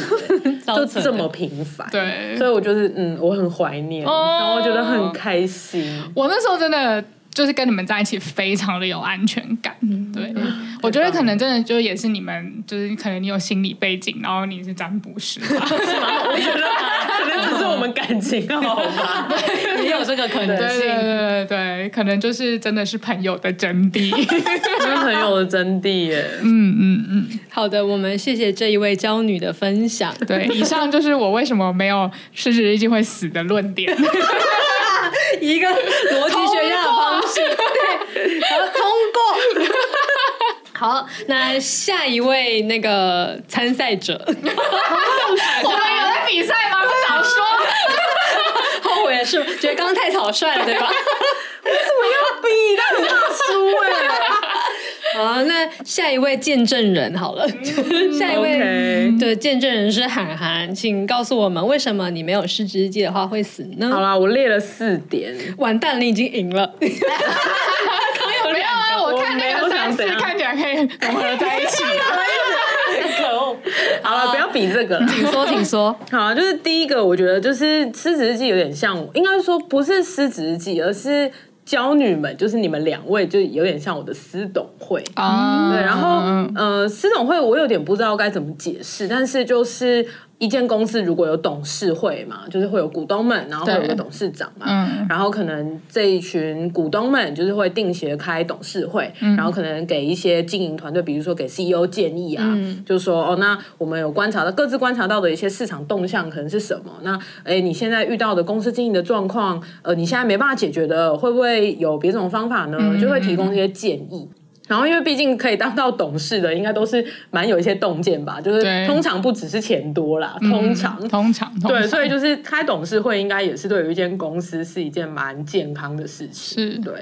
Speaker 5: 超
Speaker 2: 就
Speaker 5: 扯的
Speaker 2: 这么频繁。
Speaker 4: 对
Speaker 2: 所以我就是嗯，我很怀念，
Speaker 4: 哦
Speaker 2: 然后我觉得很开
Speaker 4: <laughs>
Speaker 2: 心。
Speaker 4: 我那时候真的就是跟你们在一起，非常的有安全感。对，我觉得可能真的就也是你们，就是可能你有心理背景，然后你是占卜师吧，
Speaker 2: 哦我觉得可能只是我们感情好吧，
Speaker 5: 也有这个可
Speaker 4: 对
Speaker 5: 能
Speaker 4: 对
Speaker 5: 性。
Speaker 4: 对对对，可能就是真的是朋友的真谛。
Speaker 2: 这是朋友的真谛耶。
Speaker 4: 嗯嗯嗯，
Speaker 5: 好的，我们谢谢这一位娇女的分享。
Speaker 4: 对，以上就是我为什么没有失职日记会死的论点。
Speaker 5: 一个逻辑学家的方式，对，然后通过。好，那下一位那个参赛者，
Speaker 4: 我们有在比赛吗？不早说。
Speaker 5: 后悔的是觉得刚刚太草率了，对吧？为什么要比？他很怕输哎。 <laughs> 好，那下一位见证人好了， <laughs> 下一位
Speaker 2: 嗯 OK，
Speaker 5: 的见证人是涵涵，请告诉我们为什么你没有失职日记的话会死呢？
Speaker 2: 好啦，我列了四点，
Speaker 5: <laughs> 完蛋，你已经赢了。
Speaker 4: 没有啊，我看那个三
Speaker 2: 我没有想怎
Speaker 4: 次
Speaker 2: 样
Speaker 4: 看起来可以融合在一起。
Speaker 2: 好了，不要比这个了。
Speaker 5: 请说，请说。 <laughs>
Speaker 2: 好啊，就是第一个，我觉得就是失职日记有点像，应该说不是失职日记，而是娇女们，就是你们两位，就有点像我的私董会。
Speaker 4: 啊，
Speaker 2: 对，然后呃，私董会我有点不知道该怎么解释，但是就是一间公司如果有董事会嘛，就是会有股东们，然后会有
Speaker 4: 对
Speaker 2: 个董事长嘛，
Speaker 4: 嗯
Speaker 2: 然后可能这一群股东们就是会定期地开董事会，
Speaker 4: 嗯
Speaker 2: 然后可能给一些经营团队，比如说给 CEO 建议啊，
Speaker 4: 嗯
Speaker 2: 就说哦，那我们有观察到各自观察到的一些市场动向可能是什么？那哎，你现在遇到的公司经营的状况，呃，你现在没办法解决的，会不会有别种方法呢？就会提
Speaker 4: 嗯
Speaker 2: 供一些建议。然后，因为毕竟可以当到董事的，应该都是蛮有一些洞见吧，就是
Speaker 4: 对
Speaker 2: 通常不只是钱多啦，通常、
Speaker 4: 嗯通常通常
Speaker 2: 对，所以就是开董事会，应该也是对于一间公司是一件蛮健康的事情。
Speaker 4: 是
Speaker 2: 对，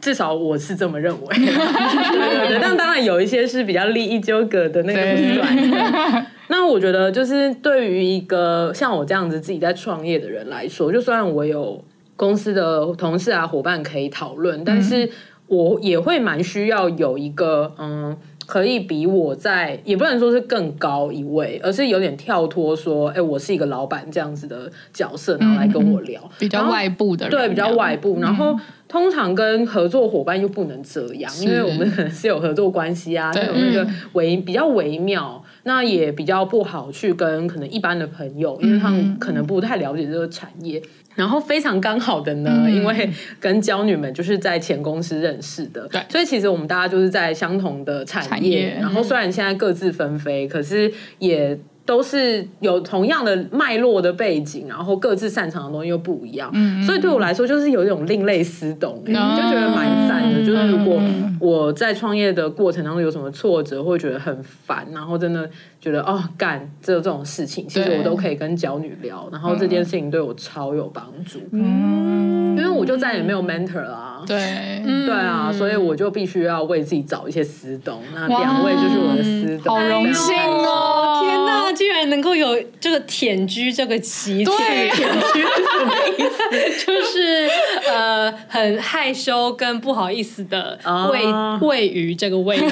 Speaker 2: 至少我是这么认
Speaker 4: <laughs>
Speaker 2: 为。对对对，但当然有一些是比较利益纠葛的那个不
Speaker 4: 对
Speaker 2: 算。对那我觉得，就是对于一个像我这样子自己在创业的人来说，就算我有公司的同事啊、伙伴可以讨论，但
Speaker 4: 嗯
Speaker 2: 是我也会蛮需要有一个嗯。可以比我在，也不能说是更高一位，而是有点跳脱说，哎、我是一个老板这样子的角色，然后来跟我聊，
Speaker 4: 嗯比较
Speaker 2: 然后
Speaker 4: 外部的人，嗯
Speaker 2: 对，比较外部。然后通常跟合作伙伴又不能这样，因为我们可能是有合作关系啊，
Speaker 4: 对
Speaker 2: 那种那个微比较微妙，那也比较不好去跟可能一般的朋友，因为他
Speaker 4: 嗯
Speaker 2: 们
Speaker 4: 嗯
Speaker 2: 可能不太了解这个产业。然后非常刚好的呢，
Speaker 4: 嗯
Speaker 2: 因为跟娇女们就是在前公司认识的，
Speaker 4: 对
Speaker 2: 所以其实我们大家就是在相同的产业，
Speaker 4: 产业嗯
Speaker 2: 然后虽然现在各自纷飞，可是也。都是有同样的脉络的背景，然后各自擅长的东西又不一样，
Speaker 4: 嗯嗯
Speaker 2: 所以对我来说就是有一种另类思懂、欸，
Speaker 4: 嗯
Speaker 2: 就觉得蛮赞的。
Speaker 4: 嗯
Speaker 2: 就是如果
Speaker 4: 嗯
Speaker 2: 我在创业的过程当中有什么挫折，会觉得很烦，然后真的觉得哦，干这这种事情，其实
Speaker 4: 对
Speaker 2: 我都可以跟娇女聊，然后这件事情对我超有帮助，
Speaker 4: 嗯
Speaker 2: 因为我就再也没有 mentor 啦、
Speaker 4: 对，
Speaker 5: 嗯
Speaker 2: 对
Speaker 4: 嗯
Speaker 2: 啊，所以我就必须要为自己找一些私懂。那两位就是我的私懂，
Speaker 4: 好荣幸哦！
Speaker 5: 哎天哪，居然能够有这个舔居这个集体，
Speaker 4: 对
Speaker 5: 舔居是什么意思？ <laughs> 就是呃，很害羞跟不好意思的
Speaker 2: 哦
Speaker 5: 位、位于这个位置，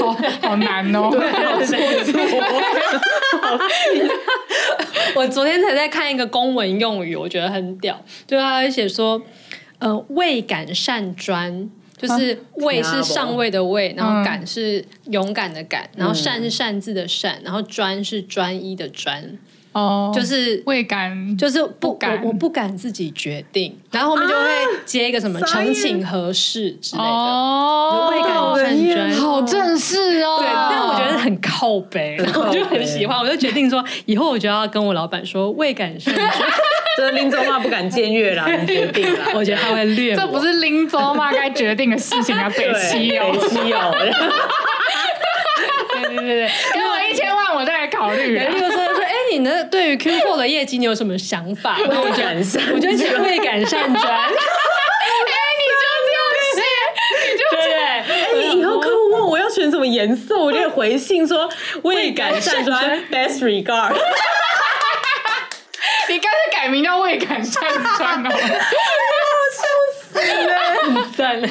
Speaker 4: 好好难哦，
Speaker 5: <laughs> 我昨天才在看一个公文用语，我觉得很屌，就他会写说，呃，未敢善专。就是位是上位的位，然后敢是勇敢的敢，然后善是擅自的善，然后专是专一的专，
Speaker 4: 哦，
Speaker 5: 就是
Speaker 4: 未感，
Speaker 5: 就是不
Speaker 4: 不敢
Speaker 5: 我我不敢自己决定，然后后面就会接一个什么
Speaker 2: 傻眼
Speaker 5: 诚请合适之类
Speaker 2: <laughs>
Speaker 5: 的，
Speaker 4: 哦，
Speaker 5: 未
Speaker 2: 好文
Speaker 5: 敢善
Speaker 2: 言
Speaker 5: 专。
Speaker 4: 好正式哦，
Speaker 5: 对，但我觉得很靠 <laughs> 北，
Speaker 2: 很
Speaker 5: 然
Speaker 2: 靠
Speaker 5: 后
Speaker 2: 北
Speaker 5: 我就很喜欢，我就决定说，以后我就要跟我老板说未敢善专，。
Speaker 2: 这林中话不敢僭越啦，你决定
Speaker 4: <laughs>
Speaker 2: 啦
Speaker 5: <laughs> 我觉得他会略我
Speaker 4: 这不是林州嘛该决定的事情啊，北七哦，
Speaker 2: 北
Speaker 4: <laughs>
Speaker 2: 七哦，
Speaker 5: 对对对对。
Speaker 4: 给我一千万我再来考虑啊
Speaker 5: 例。如说，说哎，你的对于 Q4 的业绩你有什么想法？然后我
Speaker 2: 不
Speaker 5: 就
Speaker 2: 敢上，
Speaker 5: 我就觉得未敢善
Speaker 2: <laughs> 哎
Speaker 5: 专，
Speaker 2: 哎以后客户问我要选什么颜色，我就回信
Speaker 4: <laughs>
Speaker 2: 说未敢善穿 best regard。
Speaker 4: 你干脆改名叫未敢上川哦。
Speaker 5: <laughs>
Speaker 2: <laughs>
Speaker 5: 算了，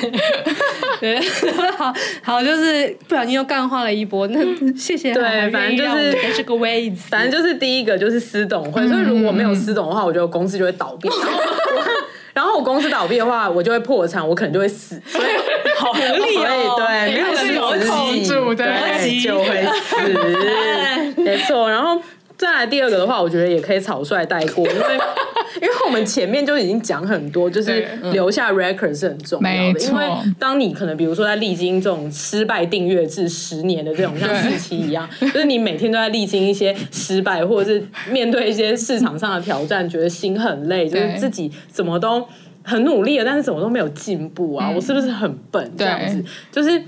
Speaker 5: 对， <laughs> 好好，就是不小心又干化了一波。那谢谢，
Speaker 2: 对
Speaker 5: 好愿意
Speaker 2: 反正就是
Speaker 5: 让我们在这个位置，
Speaker 2: 反正就是第一个就是私董会，所以如果没
Speaker 4: 嗯
Speaker 2: 有私董的话，我觉得公司就会倒闭。 <laughs> 然后我然后我公司倒闭的话，我就会破产，我可能就会死。所
Speaker 4: <laughs>
Speaker 2: 以好合理
Speaker 5: 哦
Speaker 2: 对，没有
Speaker 4: 是有
Speaker 2: 实
Speaker 4: 口
Speaker 2: 际
Speaker 4: 住的
Speaker 2: 对就
Speaker 4: <laughs>
Speaker 2: 会死，没错。然后再来第二个的话，我觉得也可以草率带过，因为因为我们前面就已经讲很多，就是
Speaker 4: 对嗯
Speaker 2: 留下 record 是很重要
Speaker 4: 没
Speaker 2: 的，
Speaker 4: 错
Speaker 2: 因为当你可能比如说在历经这种失败订阅制十年的这种像四期一样，就是你每天都在历经一些失败，或者是面对一些市场上的挑战，觉得心很累，就
Speaker 4: 对
Speaker 2: 是自己怎么都很努力了，但是怎么都没有进步啊，我是不是很笨这样子？就是。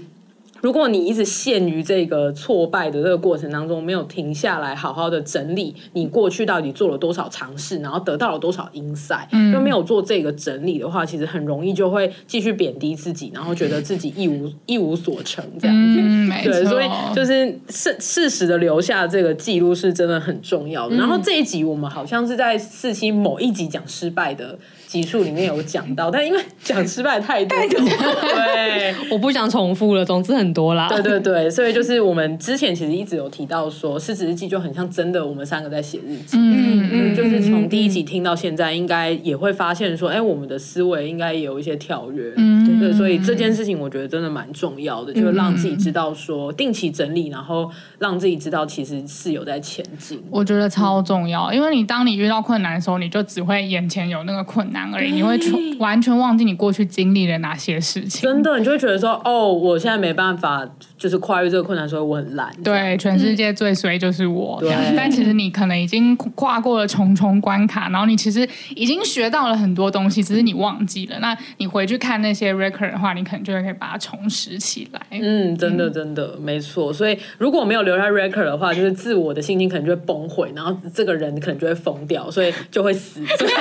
Speaker 2: 如果你一直陷于这个挫败的这个过程当中，没有停下来好好的整理你过去到底做了多少尝试，然后得到了多少 insight，、就
Speaker 4: 嗯
Speaker 2: 没有做这个整理的话，其实很容易就会继续贬低自己，然后觉得自己一无一无所成这样子。
Speaker 4: 嗯，没
Speaker 2: 对，
Speaker 4: 错，
Speaker 2: 所以就是事事实的留下这个记录是真的很重要
Speaker 4: 嗯
Speaker 2: 的。然后这一集我们好像是在四期某一集讲失败的集数里面有讲到，但因为讲失败太多，对，
Speaker 5: 我不想重复了，总之很多啦。
Speaker 2: 对对对，所以就是我们之前其实一直有提到说，失职日记就很像真的我们三个在写日记。
Speaker 4: 嗯
Speaker 2: 嗯，就是从第一集听到现在，应该也会发现说，哎、我们的思维应该也有一些跳跃。
Speaker 4: 嗯嗯
Speaker 2: 对，所以这件事情我觉得真的蛮重要的，就是让自己知道说定期整理，然后让自己知道其实是有在前进。
Speaker 4: 我觉得超重要，
Speaker 2: 嗯
Speaker 4: 因为你当你遇到困难的时候，你就只会眼前有那个困难而已，你会全完全忘记你过去经历了哪些事情。
Speaker 2: 真的，你就会觉得说，哦，我现在没办法，就是跨越这个困难，所以我很懒。
Speaker 4: 对，全世界最衰就是我
Speaker 2: 对
Speaker 4: 这样。但其实你可能已经跨过了重重关卡，然后你其实已经学到了很多东西，只是你忘记了。那你回去看那些 record 的话，你可能就会可以把它重拾起来。
Speaker 2: 嗯，真的真的、没错。所以如果没有留下 record 的话，就是自我的信心可能就会崩毁，然后这个人可能就会疯掉，所以就会死。
Speaker 4: <laughs>
Speaker 2: 所以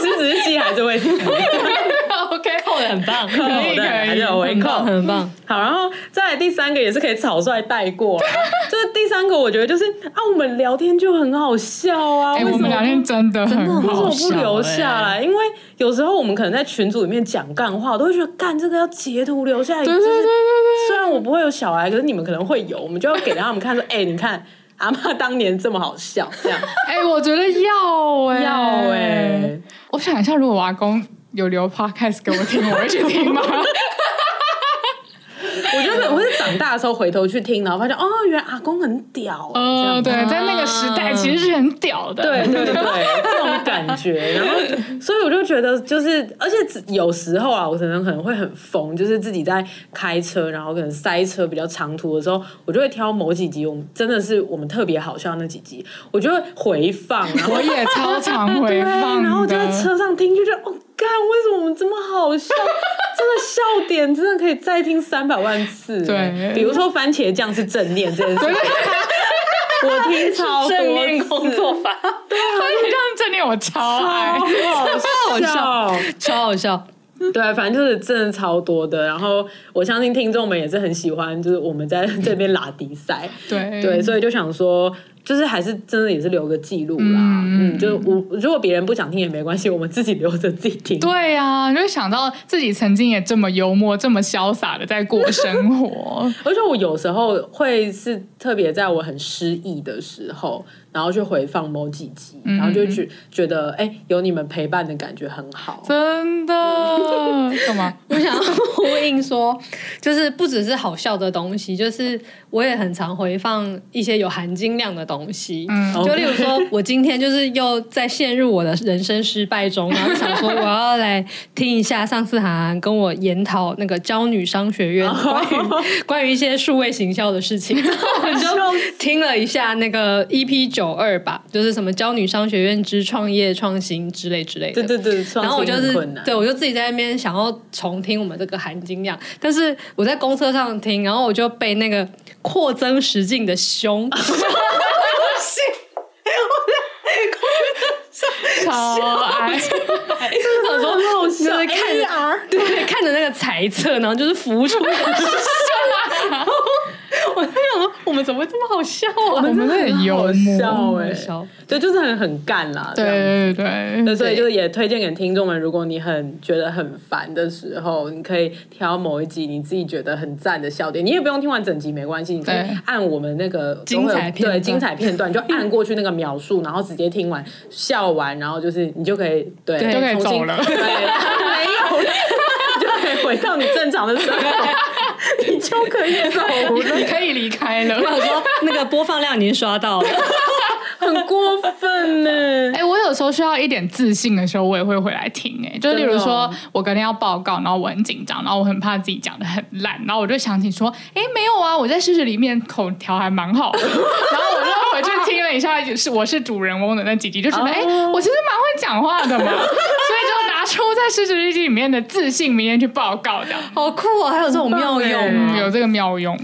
Speaker 2: 失职日记还是会死，
Speaker 5: OK，扣的很棒，
Speaker 2: 扣的还是有回扣。
Speaker 5: 很棒。
Speaker 2: 好，然后再来第三个也是可以草率带过啊，就是第三个我觉得就是啊，我们聊天就很好笑啊，为
Speaker 4: 哎、我
Speaker 2: 什
Speaker 4: 们
Speaker 2: 么
Speaker 4: 聊天真的很
Speaker 2: 为什
Speaker 4: <laughs> 好欸
Speaker 2: 么不
Speaker 4: 笑。
Speaker 2: 留下来？因为有时候我们可能在群组里面讲干话，我都会觉得干这个要截图留下来。对对对对对。虽然我不会有小孩，可是你们可能会有，我们就要给他们看说， <laughs> 哎、你看阿妈当年这么好笑，这样
Speaker 4: <laughs> 哎、我觉得要哎、欸
Speaker 2: 要哎、
Speaker 4: 我想一下，如果我阿公有留 podcast 给我听，我会去
Speaker 2: <laughs>
Speaker 4: 听吗？
Speaker 2: 我觉得我是长大的时候回头去听，然后发现哦，原来阿公很屌、欸，这
Speaker 4: 呃，
Speaker 2: 样
Speaker 4: 对，在那个时代其实是很屌的，
Speaker 2: 对对对，这种感觉。然后，所以我就觉得，就是而且只有时候啊，我可能可能会很疯，就是自己在开车，然后可能塞车比较长途的时候，我就会挑某几集，我们真的是我们特别好笑那几集，我就会 <laughs> 回放，然后
Speaker 4: 我也超常回
Speaker 2: 对，
Speaker 4: 放的，
Speaker 2: 然后我就在
Speaker 4: <laughs>
Speaker 2: 车上听，就觉得哦，干，为什么我们这么好笑？真的笑点真的可以再听三百万次。欸
Speaker 4: 对
Speaker 2: 比如说番茄酱是正念这件事，我听超多
Speaker 5: 正面
Speaker 2: 次
Speaker 5: 工作法，
Speaker 4: 你哎这样正念我超爱，
Speaker 2: 好笑，
Speaker 5: 超好笑。
Speaker 2: 对，反正就是真的超多的。然后我相信听众们也是很喜欢，就是我们
Speaker 5: <laughs>
Speaker 2: 在这边拉迪赛，
Speaker 5: 嗯
Speaker 4: 对
Speaker 2: 对，所以就想说，就是还是真的也是留个记录啦。
Speaker 4: 嗯
Speaker 2: 嗯，就是我如果别人不想听也没关系，我们自己留着自己听。
Speaker 4: 对呀、啊，就想到自己曾经也这么幽默、这么潇洒的在过
Speaker 2: <laughs>
Speaker 4: 生活，
Speaker 2: 而且我有时候会是特别在我很失意的时候，然后去回放某几集，然后就
Speaker 5: 嗯
Speaker 2: 会觉觉得哎、有你们陪伴的感觉很好。
Speaker 4: 真的
Speaker 2: <laughs>
Speaker 4: 干嘛？
Speaker 5: <laughs> 我想要呼应说，就是不只是好笑的东西，就是我也很常回放一些有含金量的东西。
Speaker 4: 嗯
Speaker 5: 就例如说，我今天就是又在陷入我的人生失败中，然后想说我要来听一下上次韩寒跟我研讨那个教女商学
Speaker 2: <laughs>
Speaker 5: 院关于关于一些数位行销的事情， <laughs> 然后我就听了一下那个 EP 九二吧，就是什么教女商学院之创业创新之类之类的。
Speaker 2: 对对对，创
Speaker 5: 然后我
Speaker 2: 新
Speaker 5: 就
Speaker 2: 很
Speaker 5: 是
Speaker 2: 困难
Speaker 5: 对我就自己在那边想要重听我们这个含金量，但是我在公车上听，然后我就被那个扩增实境的 <laughs> 胸，
Speaker 2: <laughs>
Speaker 4: 超爱，
Speaker 5: 想说就是看
Speaker 2: 啊
Speaker 5: 着对看着那个裁测，然后就是浮出来的 <laughs> 笑，然后我就想说我们怎么会这么好笑
Speaker 2: 我
Speaker 5: 啊？
Speaker 2: 们真的
Speaker 4: 很幽
Speaker 2: 好
Speaker 4: 默
Speaker 2: 笑哎、
Speaker 5: 笑
Speaker 2: 对，就是很很干啦，这样
Speaker 4: 对对对
Speaker 2: 对，
Speaker 4: 对，
Speaker 2: 所以就是也推荐给听众们，如果你很觉得很烦的时候，你可以挑某一集你自己觉得很赞的笑点，你也不用听完整集没关系，你可以
Speaker 4: 对
Speaker 2: 按我们那个
Speaker 5: 精彩片段
Speaker 2: 对精彩片段，你就按过去那个描述，然后直接听完笑完，然后就是你就可以对
Speaker 5: 对
Speaker 4: 就可以
Speaker 2: 重新
Speaker 4: 走了 <laughs>
Speaker 2: 对，没有了，你就可以回到你正常的生活，
Speaker 4: <laughs>
Speaker 2: 你就可以走了
Speaker 4: 你，可以离开了
Speaker 5: 我。想说那个播放量已经刷到了，
Speaker 2: 很过分呢
Speaker 4: 哎、。我有时候需要一点自信的时候，我也会回来听、哎，就例如
Speaker 2: 真的
Speaker 4: 说
Speaker 2: 哦，
Speaker 4: 我隔天要报告，然后我很紧张，然后我很怕自己讲的很烂，然后我就想起说，哎、没有啊，我在事实里面口条还蛮好的。 <laughs> 然后我就回去听了一下，是我是主人翁的那几集，就觉得，
Speaker 2: 哦
Speaker 4: 哎、我其实蛮会讲话的嘛， <laughs> 所以就拿出在事实日记里面的自信，明天去报告的。
Speaker 5: 好酷哦！还有这种妙用
Speaker 4: 嗯，
Speaker 5: 啊，
Speaker 4: 有这个妙用，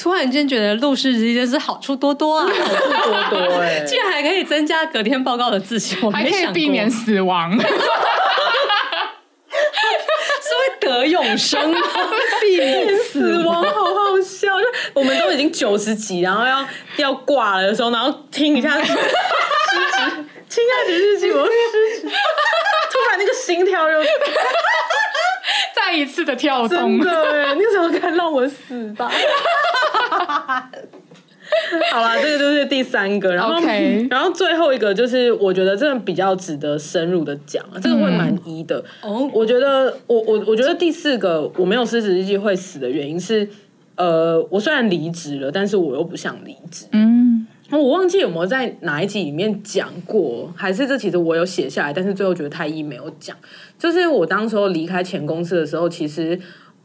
Speaker 5: 突然间觉得录事之间是好处多多啊。
Speaker 2: 多多哎、
Speaker 5: <laughs> 竟然还可以增加隔天报告的自信，我
Speaker 4: 还
Speaker 5: 没
Speaker 4: 可以
Speaker 5: 想
Speaker 4: 避
Speaker 5: 过
Speaker 4: 免死亡。
Speaker 5: 是会得永生
Speaker 2: <laughs>
Speaker 5: 吗？避免
Speaker 2: 死亡好好笑，就我们都已经九十几，然后要要挂了的时候，然后听 <laughs> 一下失职，听一下你日记，我失职，突然那个心跳又
Speaker 4: <laughs> 再一次的跳
Speaker 2: 真
Speaker 4: 动，
Speaker 2: 的哎，那时候该让我死吧。 <laughs> 好啦，这个就是第三个，然后
Speaker 4: OK
Speaker 2: 然后最后一个就是我觉得真的比较值得深入的讲啊，这个会蛮一的。
Speaker 5: 哦
Speaker 2: 我觉得我我我觉得第四个我没有失职日记会死的原因是，呃，我虽然离职了，但是我又不想离职。
Speaker 4: 嗯，
Speaker 2: 我忘记有没有在哪一集里面讲过，还是这其实我有写下来，但是最后觉得太医没有讲。就是我当时候离开前公司的时候，其实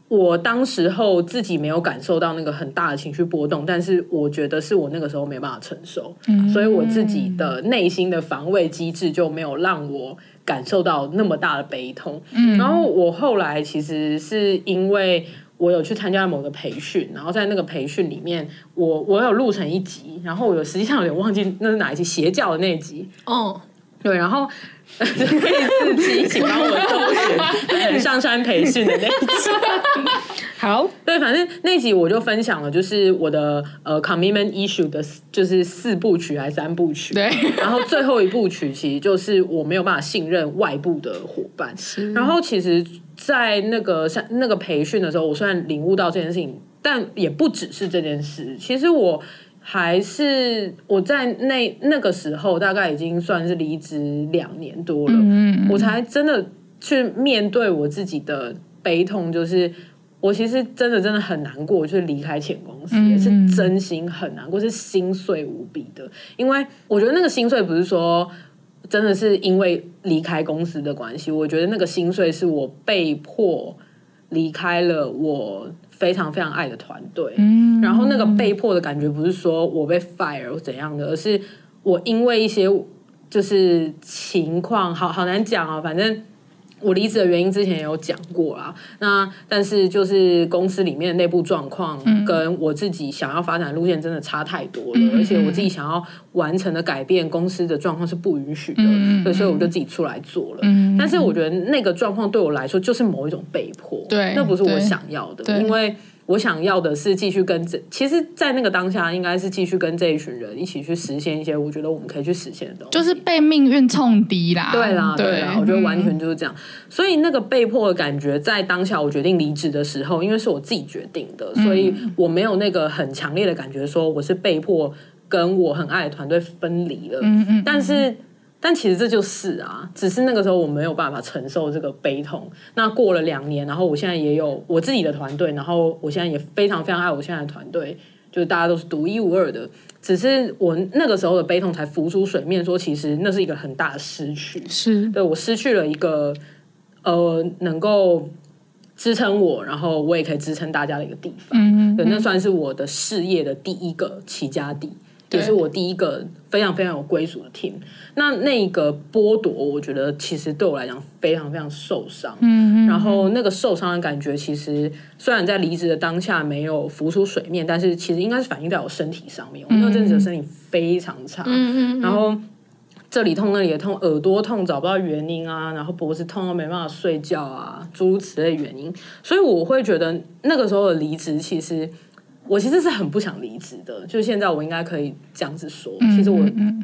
Speaker 2: 我当时候自己没有感受到那个很大的情绪波动，但是我觉得是我那个时候没办法承受，所以我自己的内心的防卫机制就没有让我感受到那么大的悲痛。嗯，然后我后来其实是因为。我有去参加某个培训，然后在那个培训里面，我我有录成一集，然后我有实际上有点忘记那是哪一集邪教的那一集， <laughs>
Speaker 5: 哦，
Speaker 2: 对，然后 <laughs> 可以自己一起帮我搜 <laughs> 寻上山培训的那一集。
Speaker 5: 好，
Speaker 2: 对，反正那集我就分享了，就是我的呃 commitment issue 的四，就是四部曲还是三部曲？
Speaker 4: 对。
Speaker 2: 然后最后一部曲其实就是我没有办法信任外部的伙伴。然后其实，在那个上那个培训的时候，我虽然领悟到这件事情，但也不只是这件事。其实我还是我在嗯
Speaker 4: 嗯
Speaker 2: 那那个时候，大概已经算是离职两年多了，我才真的。去面对我自己的悲痛，就是我其实真的真的很难过，就是离开前公司、
Speaker 4: 嗯
Speaker 2: 也是
Speaker 4: 嗯
Speaker 2: 真心很难过，是心碎无比的。因为我觉得那个心碎不是说真的是因为离开公司的关系，我觉得那个心碎是我被迫离开了我非常非常爱的团队，
Speaker 4: 嗯
Speaker 2: 然后那个被迫的感觉不是说我被 fire 或怎样的，而是我因为一些就是情况，好好难讲哦，反正。我离职的原因之前也有讲过啦，那但是就是公司里面的内部状况跟我自己想要发展的路线真的差太多了，
Speaker 4: 嗯嗯嗯嗯
Speaker 2: 而且我自己想要完成的改变，公司的状况是不允许的，
Speaker 4: 嗯嗯嗯
Speaker 2: 对，所以我就自己出来做了。
Speaker 4: 嗯
Speaker 2: 但是我觉得那个状况对我来说就是某一种被迫，
Speaker 4: 对
Speaker 2: 那不是我
Speaker 4: 对
Speaker 2: 想要的，
Speaker 4: 对
Speaker 2: 因为我想要的是继续跟这，其实，在那个当下应该是继续跟这一群人一起去实现一些我觉得我们可以去实现的东西，
Speaker 4: 就是被命运冲敌啦，
Speaker 2: 对啦，
Speaker 4: 对
Speaker 2: 对啦，我觉得完全就是这样。所以那个被迫的感觉，在当下我决定离职的时候，因为是我自己决定的，所以
Speaker 4: 嗯
Speaker 2: 我没有那个很强烈的感觉，说我是被迫跟我很爱的团队分离了。
Speaker 4: 嗯嗯，
Speaker 2: 但是，但其实这就是啊，只是那个时候我没有办法承受这个悲痛。那过了两年，然后我现在也有我自己的团队，然后我现在也非常非常爱我现在的团队，就是大家都是独一无二的。只是我那个时候的悲痛才浮出水面，说其实那是一个很大的失去。
Speaker 4: 是
Speaker 2: 对我失去了一个呃能够支撑我，然后我也可以支撑大家的一个地方。
Speaker 4: 嗯
Speaker 2: 对，那算是我的事业的第一个起家地，
Speaker 4: 对
Speaker 2: 也是我第一个非常非常有归属的 team。那那个剥夺，我觉得其实对我来讲非常非常受伤。
Speaker 4: 嗯嗯，
Speaker 2: 然后那个受伤的感觉，其实虽然在离职的当下没有浮出水面，但是其实应该是反映在我身体上面。我那阵子的身体非常差，
Speaker 5: 嗯嗯
Speaker 2: 然后这里痛那里也痛，耳朵痛找不到原因啊，然后脖子痛到没办法睡觉啊，诸如此类原因。所以我会觉得那个时候的离职，其实我其实是很不想离职的。就现在我应该可以这样子说，其实我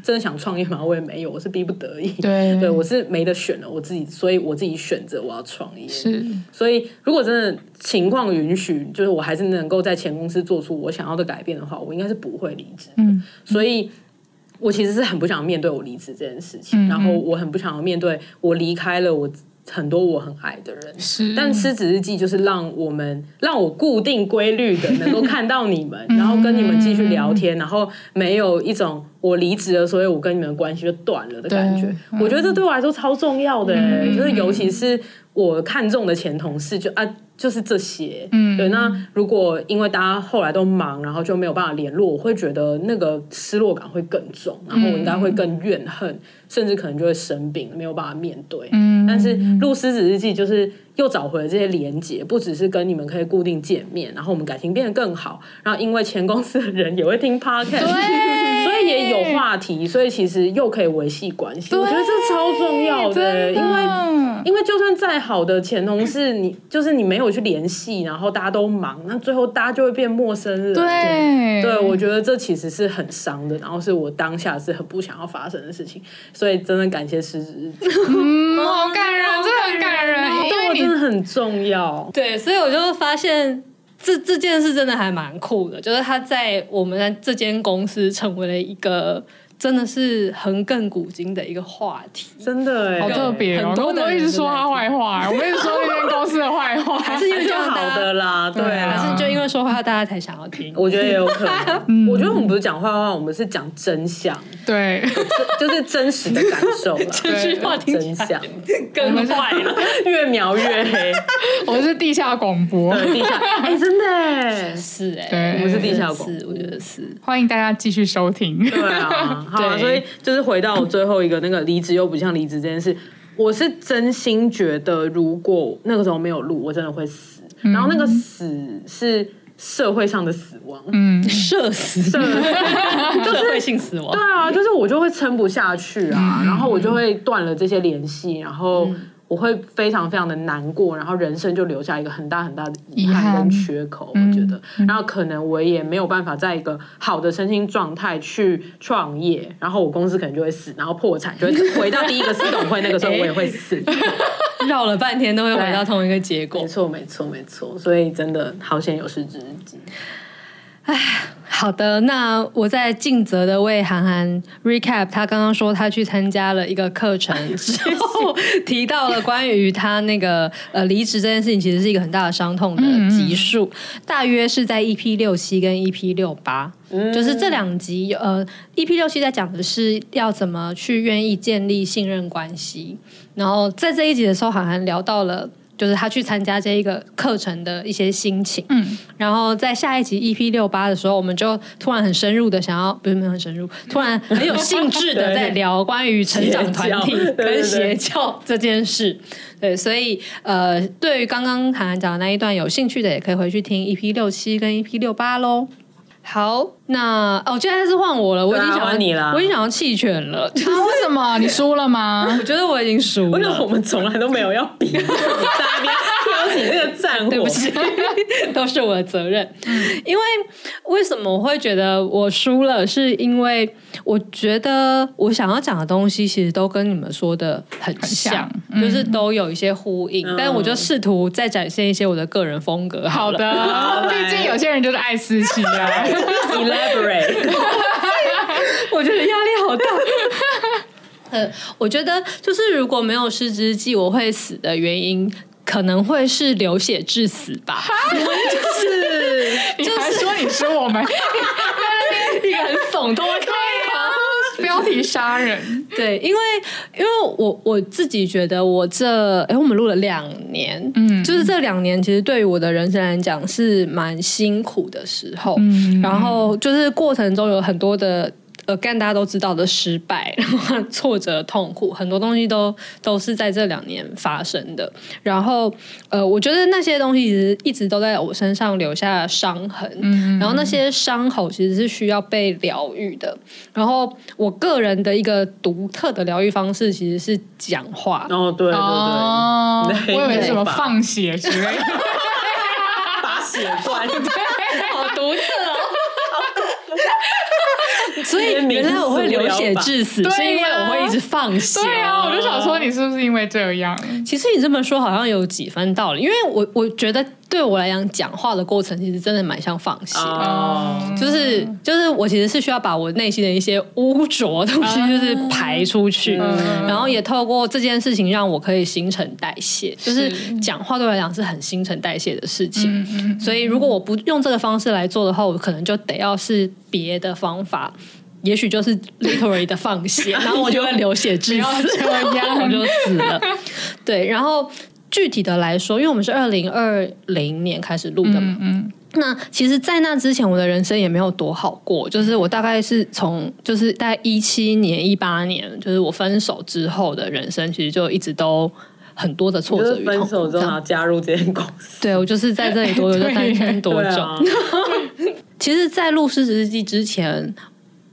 Speaker 2: 真的想创业嘛，我也没有，我是逼不得已。
Speaker 4: 嗯对
Speaker 2: 对，我是没得选了，我自己，所以我自己选择我要创业。
Speaker 4: 是
Speaker 2: 所以如果真的情况允许，就是我还是能够在前公司做出我想要的改变的话，我应该是不会离职的。
Speaker 4: 嗯
Speaker 2: 所以。我其实是很不想面对我离职这件事情，
Speaker 4: 嗯嗯
Speaker 2: 然后我很不想要面对我离开了我很多我很爱的人，
Speaker 4: 是，
Speaker 2: 但失职日记就是让我们让我固定规律的能够看到
Speaker 4: <laughs>
Speaker 2: 你
Speaker 4: 嗯
Speaker 2: 们，然后跟你们继续聊天，然后没有一种我离职了，所以我跟你们关系就断了的感觉
Speaker 4: 对。嗯
Speaker 2: 我觉得这对我来说超重要的、欸，就是尤其是我看中的前同事就，啊就是这些。
Speaker 4: 嗯
Speaker 2: 对。那如果因为大家后来都忙，然后就没有办法联络，我会觉得那个失落感会更重，然后我应该会更怨恨，甚至可能就会生病，没有办法面对。
Speaker 4: 嗯，
Speaker 2: 但是录狮子日记就是又找回了这些连接，不只是跟你们可以固定见面，然后我们感情变得更好，然后因为前公司的人也会
Speaker 4: <laughs>
Speaker 2: 听 podcast，所以也有话题，所以其实又可以维系关系。我觉得这超重要的，
Speaker 4: 真的
Speaker 2: 因为。因为就算再好的前同事，你就是你没有去联系，然后大家都忙，那最后大家就会变陌生人。
Speaker 4: 对
Speaker 2: 对，我觉得这其实是很伤的，然后是我当下是很不想要发生的事情，所以真的感谢狮子日记。
Speaker 4: 嗯，好感人，这很感人，因
Speaker 2: 对
Speaker 4: 为
Speaker 2: 我真
Speaker 4: 你
Speaker 2: 的很重要。
Speaker 5: 对，所以我就发现这这件事真的还蛮酷的，就是他在我们这间公司成为了一个真的是横亘古今的一个话题。
Speaker 2: 真的哎，
Speaker 4: 好特别哦，
Speaker 5: 很
Speaker 4: 可
Speaker 5: 多
Speaker 4: 我
Speaker 5: 的
Speaker 4: 都
Speaker 5: 人
Speaker 4: 一直说他坏话，我们一直说那间公司的坏话，
Speaker 5: 还是因
Speaker 2: 还
Speaker 5: 为
Speaker 2: 是
Speaker 5: 这样大
Speaker 2: 好
Speaker 5: 家
Speaker 2: 的啦，对
Speaker 4: 对
Speaker 5: 还
Speaker 2: 啊
Speaker 4: 啊。嗯
Speaker 5: 是就因为说话大家才想要听。
Speaker 2: 我觉得也有可能，我觉得我们不是讲坏话，我们是讲真相，
Speaker 4: 对， <laughs>
Speaker 2: 就就是真实的感受啦。
Speaker 5: 这句话听
Speaker 2: 真
Speaker 5: 起来
Speaker 2: 相
Speaker 5: 更坏了，
Speaker 2: 越描越
Speaker 4: <laughs>
Speaker 2: 黑，
Speaker 4: 我们是地下广播，
Speaker 2: 对地下哎，真的
Speaker 4: <laughs>
Speaker 2: 哎，
Speaker 5: 是哎、
Speaker 4: 对
Speaker 2: 我们是地下广
Speaker 5: 是，我觉得是。
Speaker 4: 欢迎大家继续收听。
Speaker 2: 对啊，好啊，
Speaker 5: 对
Speaker 2: 所以就是回到我最后一个那个离职又不像离职这件事，我是真心觉得，如果那个时候没有录，我真的会死。
Speaker 4: 嗯
Speaker 2: 然后那个死是社会上的死亡，
Speaker 4: 嗯，
Speaker 5: 社死，
Speaker 2: 社
Speaker 5: <laughs> 社会性死亡
Speaker 2: 对。啊，就是我就会撑不下去啊，然后我就会断了这些联系，然后我会非常非常的难过，然后人生就留下一个很大很大的遗
Speaker 4: 遗
Speaker 2: 憾嗯
Speaker 4: 憾
Speaker 2: 跟缺口，我觉得，然后可能我也没有办法在一个好的身心状态去创业，然后我公司可能就会死，然后破产，就会回到第一个私董会那个时候，我也会 <laughs> 死。
Speaker 5: 绕了半天都会回到同一个结
Speaker 2: 没
Speaker 5: 果。
Speaker 2: 错，没错，没错，所以真的好险有失之日记。
Speaker 5: 好的，那我在尽责的为韩寒 recap，他刚刚说他去参加了一个课程之后，提到了关于他那个呃离职这件事情，其实是一个很大的伤痛的集数，大约是在 EP 六七跟 EP 六八。就是这两集，呃，EP 六七在讲的是要怎么去愿意建立信任关系，然后在这一集的时候，韩寒聊到了就是他去参加这一个课程的一些心情，
Speaker 4: 嗯，
Speaker 5: 然后在下一集 EP 六八的时候，我们就突然很深入的想要，不是没有很深入，突然很有兴致的
Speaker 2: 对
Speaker 5: 在聊关于成长团体
Speaker 2: 邪教对
Speaker 5: 跟
Speaker 2: 对对
Speaker 5: 邪教这件事。对，所以呃，对于刚刚韩寒讲的那一段，有兴趣的也可以回去听 EP 六七跟 EP 六八喽。好，那哦，现在是换我了，我已经
Speaker 2: 对啊
Speaker 5: 想要、
Speaker 2: 换你啦
Speaker 5: 我已经想要弃权了， <laughs>
Speaker 4: 啊，为什么你输了吗？
Speaker 5: 我觉得我已经输
Speaker 2: 为什
Speaker 5: 了
Speaker 2: 么。 <laughs> 我们从来都没有要比，在那边挑起那个 <laughs> 战火？
Speaker 5: <laughs> 对不起，都是我的责任。因为为什么我会觉得我输了，是因为我觉得我想要讲的东西其实都跟你们说的很像，
Speaker 4: 像嗯
Speaker 5: 就是都有一些呼应，
Speaker 2: 嗯
Speaker 5: 但我就试图再展现一些我的个人风格
Speaker 4: 好
Speaker 5: 了。
Speaker 4: 的，
Speaker 2: 来
Speaker 4: 毕竟有些人就是爱私情啊。
Speaker 2: ，elaborate，
Speaker 5: <laughs> 我觉得压力好大。 <laughs> 呃，我觉得就是如果没有失之记，我会死的原因。可能会是流血致死吧，
Speaker 2: <laughs> 是
Speaker 4: 你还说你输我 <laughs> 们，
Speaker 5: 一个很耸动的
Speaker 4: 标题杀人，
Speaker 5: 对，因为因为我我自己觉得我这哎，我们录了两年，
Speaker 4: 嗯
Speaker 5: 就是这两年其实对于我的人生来讲是蛮辛苦的时候，
Speaker 4: 嗯
Speaker 5: 然后就是过程中有很多的。呃，干大家都知道的失败， <laughs> 然后挫折、痛苦，很多东西都都是在这两年发生的。然后，呃，我觉得那些东西其实一直都在我身上留下伤痕，
Speaker 4: 嗯
Speaker 5: 然后那些伤口其实是需要被疗愈的。然后我个人的一个独特的疗愈方式其实是讲话，
Speaker 2: 哦，对对对，
Speaker 4: 哦，
Speaker 2: 对
Speaker 4: 我以为是什么
Speaker 2: 对吧
Speaker 4: 放血之类的。 <laughs>
Speaker 2: 拔血
Speaker 5: <laughs>
Speaker 2: 罐，
Speaker 5: 好独特 <laughs> 哦。所以
Speaker 2: 这些民
Speaker 5: 原
Speaker 2: 俗
Speaker 5: 来我会流血致死，
Speaker 4: 疗法
Speaker 5: 是因为
Speaker 4: 对呀
Speaker 5: 我会一直放血。哦
Speaker 4: 对啊，我就想说你是不是因为这样？
Speaker 5: 其实你这么说好像有几分道理，因为我我觉得对我来讲，讲话的过程其实真的蛮像放血。
Speaker 2: 哦，
Speaker 5: 就是就是，我其实是需要把我内心的一些污浊的东西，就是排出去，
Speaker 2: 嗯
Speaker 5: 然后也透过这件事情让我可以新陈代谢。就是讲话对我来讲是很新陈代谢的事情，
Speaker 4: 嗯嗯
Speaker 5: 所以如果我不用这个方式来做的话，我可能就得要是别的方法。也许
Speaker 2: <laughs>
Speaker 5: 就是 literally 的放血，然后我就会流血致死，我就死了。对，然后具体的来说，因为我们是二零二零年开始录的嘛
Speaker 4: 嗯，嗯，
Speaker 5: 那其实，在那之前，我的人生也没有多好过。就是我大概是从，就是大概一七年、一八年，就是我分手之后的人生，其实就一直都很多的挫
Speaker 2: 就
Speaker 5: 折
Speaker 2: 是
Speaker 5: 与
Speaker 2: 分
Speaker 5: 痛
Speaker 2: 手
Speaker 5: 苦。
Speaker 2: 之后啊
Speaker 5: 这
Speaker 2: 然后
Speaker 5: 样
Speaker 2: 加入这间公司，
Speaker 5: 对我就是在这里多久就
Speaker 4: 对
Speaker 2: <laughs>
Speaker 5: 单身多
Speaker 2: 对
Speaker 5: 久。
Speaker 2: 啊，
Speaker 5: 其实，在录《失职日记》之前，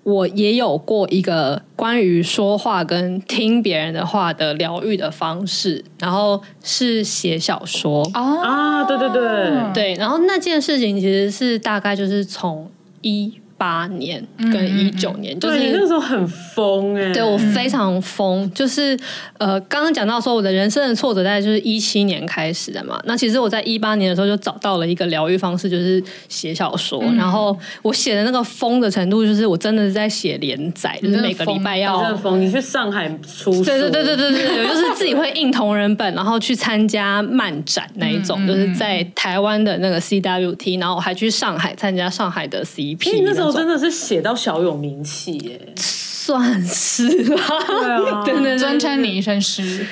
Speaker 5: 我也有过一个关于说话跟听别人的话的疗愈的方式，然后是写小说。
Speaker 4: 哦
Speaker 2: 啊对对对
Speaker 5: 对，然后那件事情其实是大概就是从一八年跟一九年，就
Speaker 2: 嗯对你那
Speaker 5: 是
Speaker 2: 个。时候很疯哎，
Speaker 5: 对我非常疯，就是呃，刚刚讲到说我的人生的挫折大概就是一七年开始的嘛。那其实我在一八年的时候就找到了一个疗愈方式，就是写小说。然后我写的那个疯的程度，就是我真的是在写连载，就是
Speaker 4: 真的
Speaker 5: 每个礼
Speaker 4: 疯
Speaker 5: 拜
Speaker 2: 你
Speaker 5: 要
Speaker 2: 真的疯，你去上海出书，
Speaker 5: 对对对对对对对，就是自己会印同人本，然后去参加漫展那一种，
Speaker 4: 嗯嗯
Speaker 5: 就是在台湾的那个 CWT，然后我还去上海参加上海的 CP，
Speaker 2: 哎，你那时候
Speaker 5: 种
Speaker 2: 真的是写到小有名气耶，
Speaker 5: 算是吧，
Speaker 2: 对啊，
Speaker 5: 对对
Speaker 4: 尊
Speaker 5: 对
Speaker 4: 称你一声师，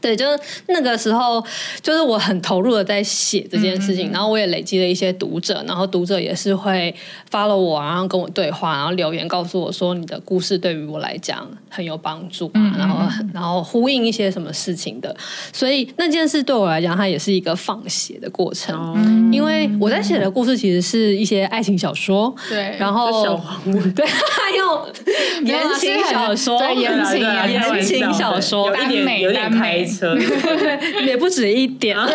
Speaker 5: 对，就是那个时候，就是我很投入的在写这件事
Speaker 2: 嗯
Speaker 5: 情，然后我也累积了一些读者，然后读者也是会 follow 我啊，然后跟我对话，然后留言告诉我说你的故事对于我来讲很有帮助啊，
Speaker 2: 嗯
Speaker 5: 然后然后呼应一些什么事情的，所以那件事对我来讲，它也是一个放血的过程，
Speaker 2: 哦
Speaker 5: 因为我在写的故事其实是一些爱情小说，
Speaker 4: 对，
Speaker 5: 然
Speaker 2: 这
Speaker 5: 后
Speaker 2: 哦小黄文。
Speaker 5: 对， <laughs>
Speaker 2: <laughs>
Speaker 5: 还有
Speaker 4: 没有
Speaker 5: 言
Speaker 4: 啦是
Speaker 5: 情
Speaker 4: 很
Speaker 5: 小说，
Speaker 4: 对言情
Speaker 2: 啊对啊对啊开
Speaker 5: <laughs> 言
Speaker 2: 玩笑
Speaker 5: 情小说
Speaker 2: 有一
Speaker 4: 耽美
Speaker 5: <laughs>
Speaker 2: 点有点
Speaker 4: 耽
Speaker 2: 开
Speaker 4: 美
Speaker 2: 车，
Speaker 5: 也不止一点。 <laughs>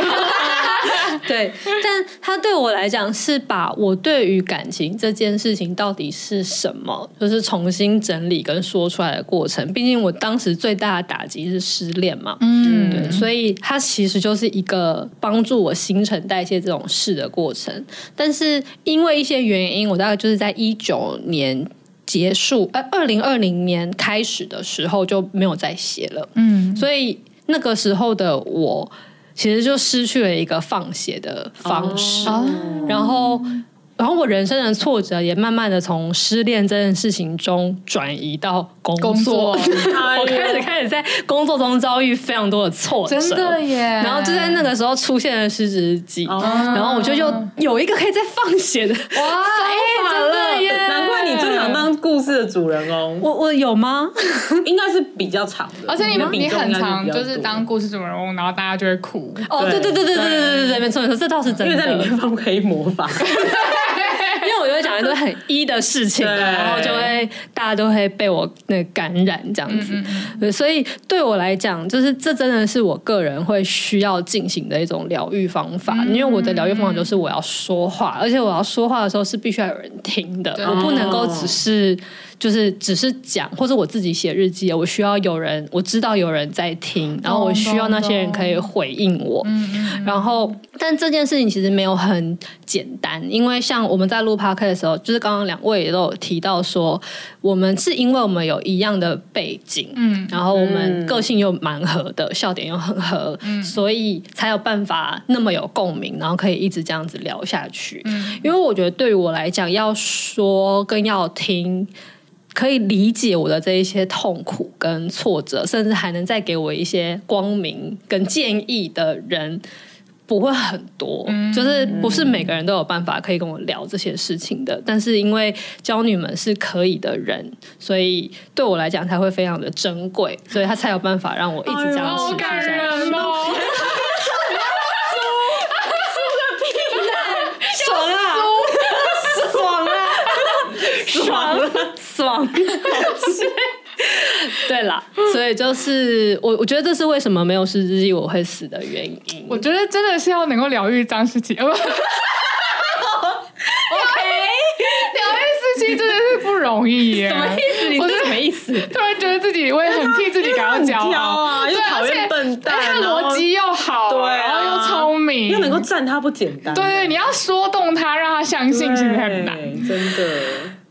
Speaker 5: 对，但他对我来讲是把我对于感情这件事情到底是什么，就是重新整理跟说出来的过程。毕竟我当时最大的打击是失恋嘛，
Speaker 4: 嗯，
Speaker 5: 对，所以它其实就是一个帮助我新陈代谢这种事的过程。但是因为一些原因，我大概就是在一九年结束，呃，二零二零年开始的时候就没有再写了。
Speaker 4: 嗯，
Speaker 5: 所以那个时候的我，其实就失去了一个放血的方式。
Speaker 4: 哦
Speaker 6: 哦
Speaker 5: 然后，然后我人生的挫折也慢慢的从失恋这件事情中转移到工作。
Speaker 4: 工作
Speaker 2: 哎啊
Speaker 5: 我开始开始在工作中遭遇非常多的挫折，
Speaker 4: 真的耶。
Speaker 5: 然
Speaker 4: 然
Speaker 5: 后就在那个时候出现了失职记，
Speaker 2: 哦
Speaker 5: 然后我就又有一个可以再放血的，
Speaker 4: 哇，哎，真的耶，
Speaker 2: 难怪你最想当故事的主人哦翁，
Speaker 5: 我我有吗？
Speaker 2: <laughs> 应该是比较长的，
Speaker 4: 而哦且你
Speaker 2: 的比
Speaker 4: 你
Speaker 2: 重
Speaker 4: 很
Speaker 2: 应该比较
Speaker 4: 常就是
Speaker 2: 多
Speaker 4: 当故事主人翁，然后大家就会哭。
Speaker 5: 哦，对对对对对对对对对，没错没错，这倒是真
Speaker 2: 因
Speaker 5: 的，
Speaker 2: 为在里面放黑魔
Speaker 4: <laughs>
Speaker 2: 法，
Speaker 5: <laughs> 因为我就会讲一堆很一的事情，
Speaker 2: 对
Speaker 5: 然后就会大家都会被我那感染这样子，对所以对我来讲，就是这真的是我个人会需要进行的一种疗愈方法，因为我的疗愈方法就是我要说话，而且我要说话的时候是必须要有人听的
Speaker 4: 对，
Speaker 5: 我不能够只是就是只是讲，或者我自己写日记，我需要有人，我知道有人在听，然后我需要那些人可以回应我，
Speaker 4: 嗯
Speaker 5: 然后，但这件事情其实没有很简单，因为像我们在录 p o d c a 的时候，就是刚刚两位也都有提到说，我们是因为我们有一样的背景，
Speaker 4: 嗯
Speaker 5: 然后我
Speaker 2: 嗯
Speaker 5: 们个性又蛮合的，笑点又很合，
Speaker 4: 嗯
Speaker 5: 所以才有办法那么有共鸣，然后可以一直这样子聊下去。
Speaker 4: 嗯
Speaker 5: 因为我觉得对于我来讲，要说跟要听。可以理解我的这一些痛苦跟挫折，甚至还能再给我一些光明跟建议的人，不会很多，嗯就是不是每个人都有办法可以跟我聊这些事情的。但是因为娇女们是可以的人，所以对我来讲才会非常的珍贵，所以她才有办法让我一直这样持
Speaker 4: 哎好
Speaker 5: 续
Speaker 4: 感 <laughs>
Speaker 5: 下去。
Speaker 4: 人哦！
Speaker 5: 爽啊！爽啊！
Speaker 2: 啊
Speaker 5: 爽了，爽！对啦，所以就是我，我觉得这是为什么没有失之记我会死的原因。
Speaker 4: 我觉得真的是要能够疗愈张诗琪。OK，疗愈思琪真的是不容易耶。
Speaker 5: 什么意思？你
Speaker 4: 啊我
Speaker 5: 是
Speaker 4: 是
Speaker 5: 什么意思？
Speaker 4: 突然觉得自己会很替自己感到骄
Speaker 2: 因为他很挑 <laughs>
Speaker 4: 傲
Speaker 2: 啊又
Speaker 4: 对，
Speaker 2: 讨
Speaker 4: 而
Speaker 2: 厌
Speaker 4: 且哎
Speaker 2: 笨蛋
Speaker 4: 而且他
Speaker 2: 然后
Speaker 4: 逻辑又好，
Speaker 2: 对啊
Speaker 4: 然后又聪明，
Speaker 2: 要能够站他不简单，
Speaker 4: 对对，你要说动他，让他相信，其实很难。
Speaker 2: 对真的。
Speaker 4: <laughs>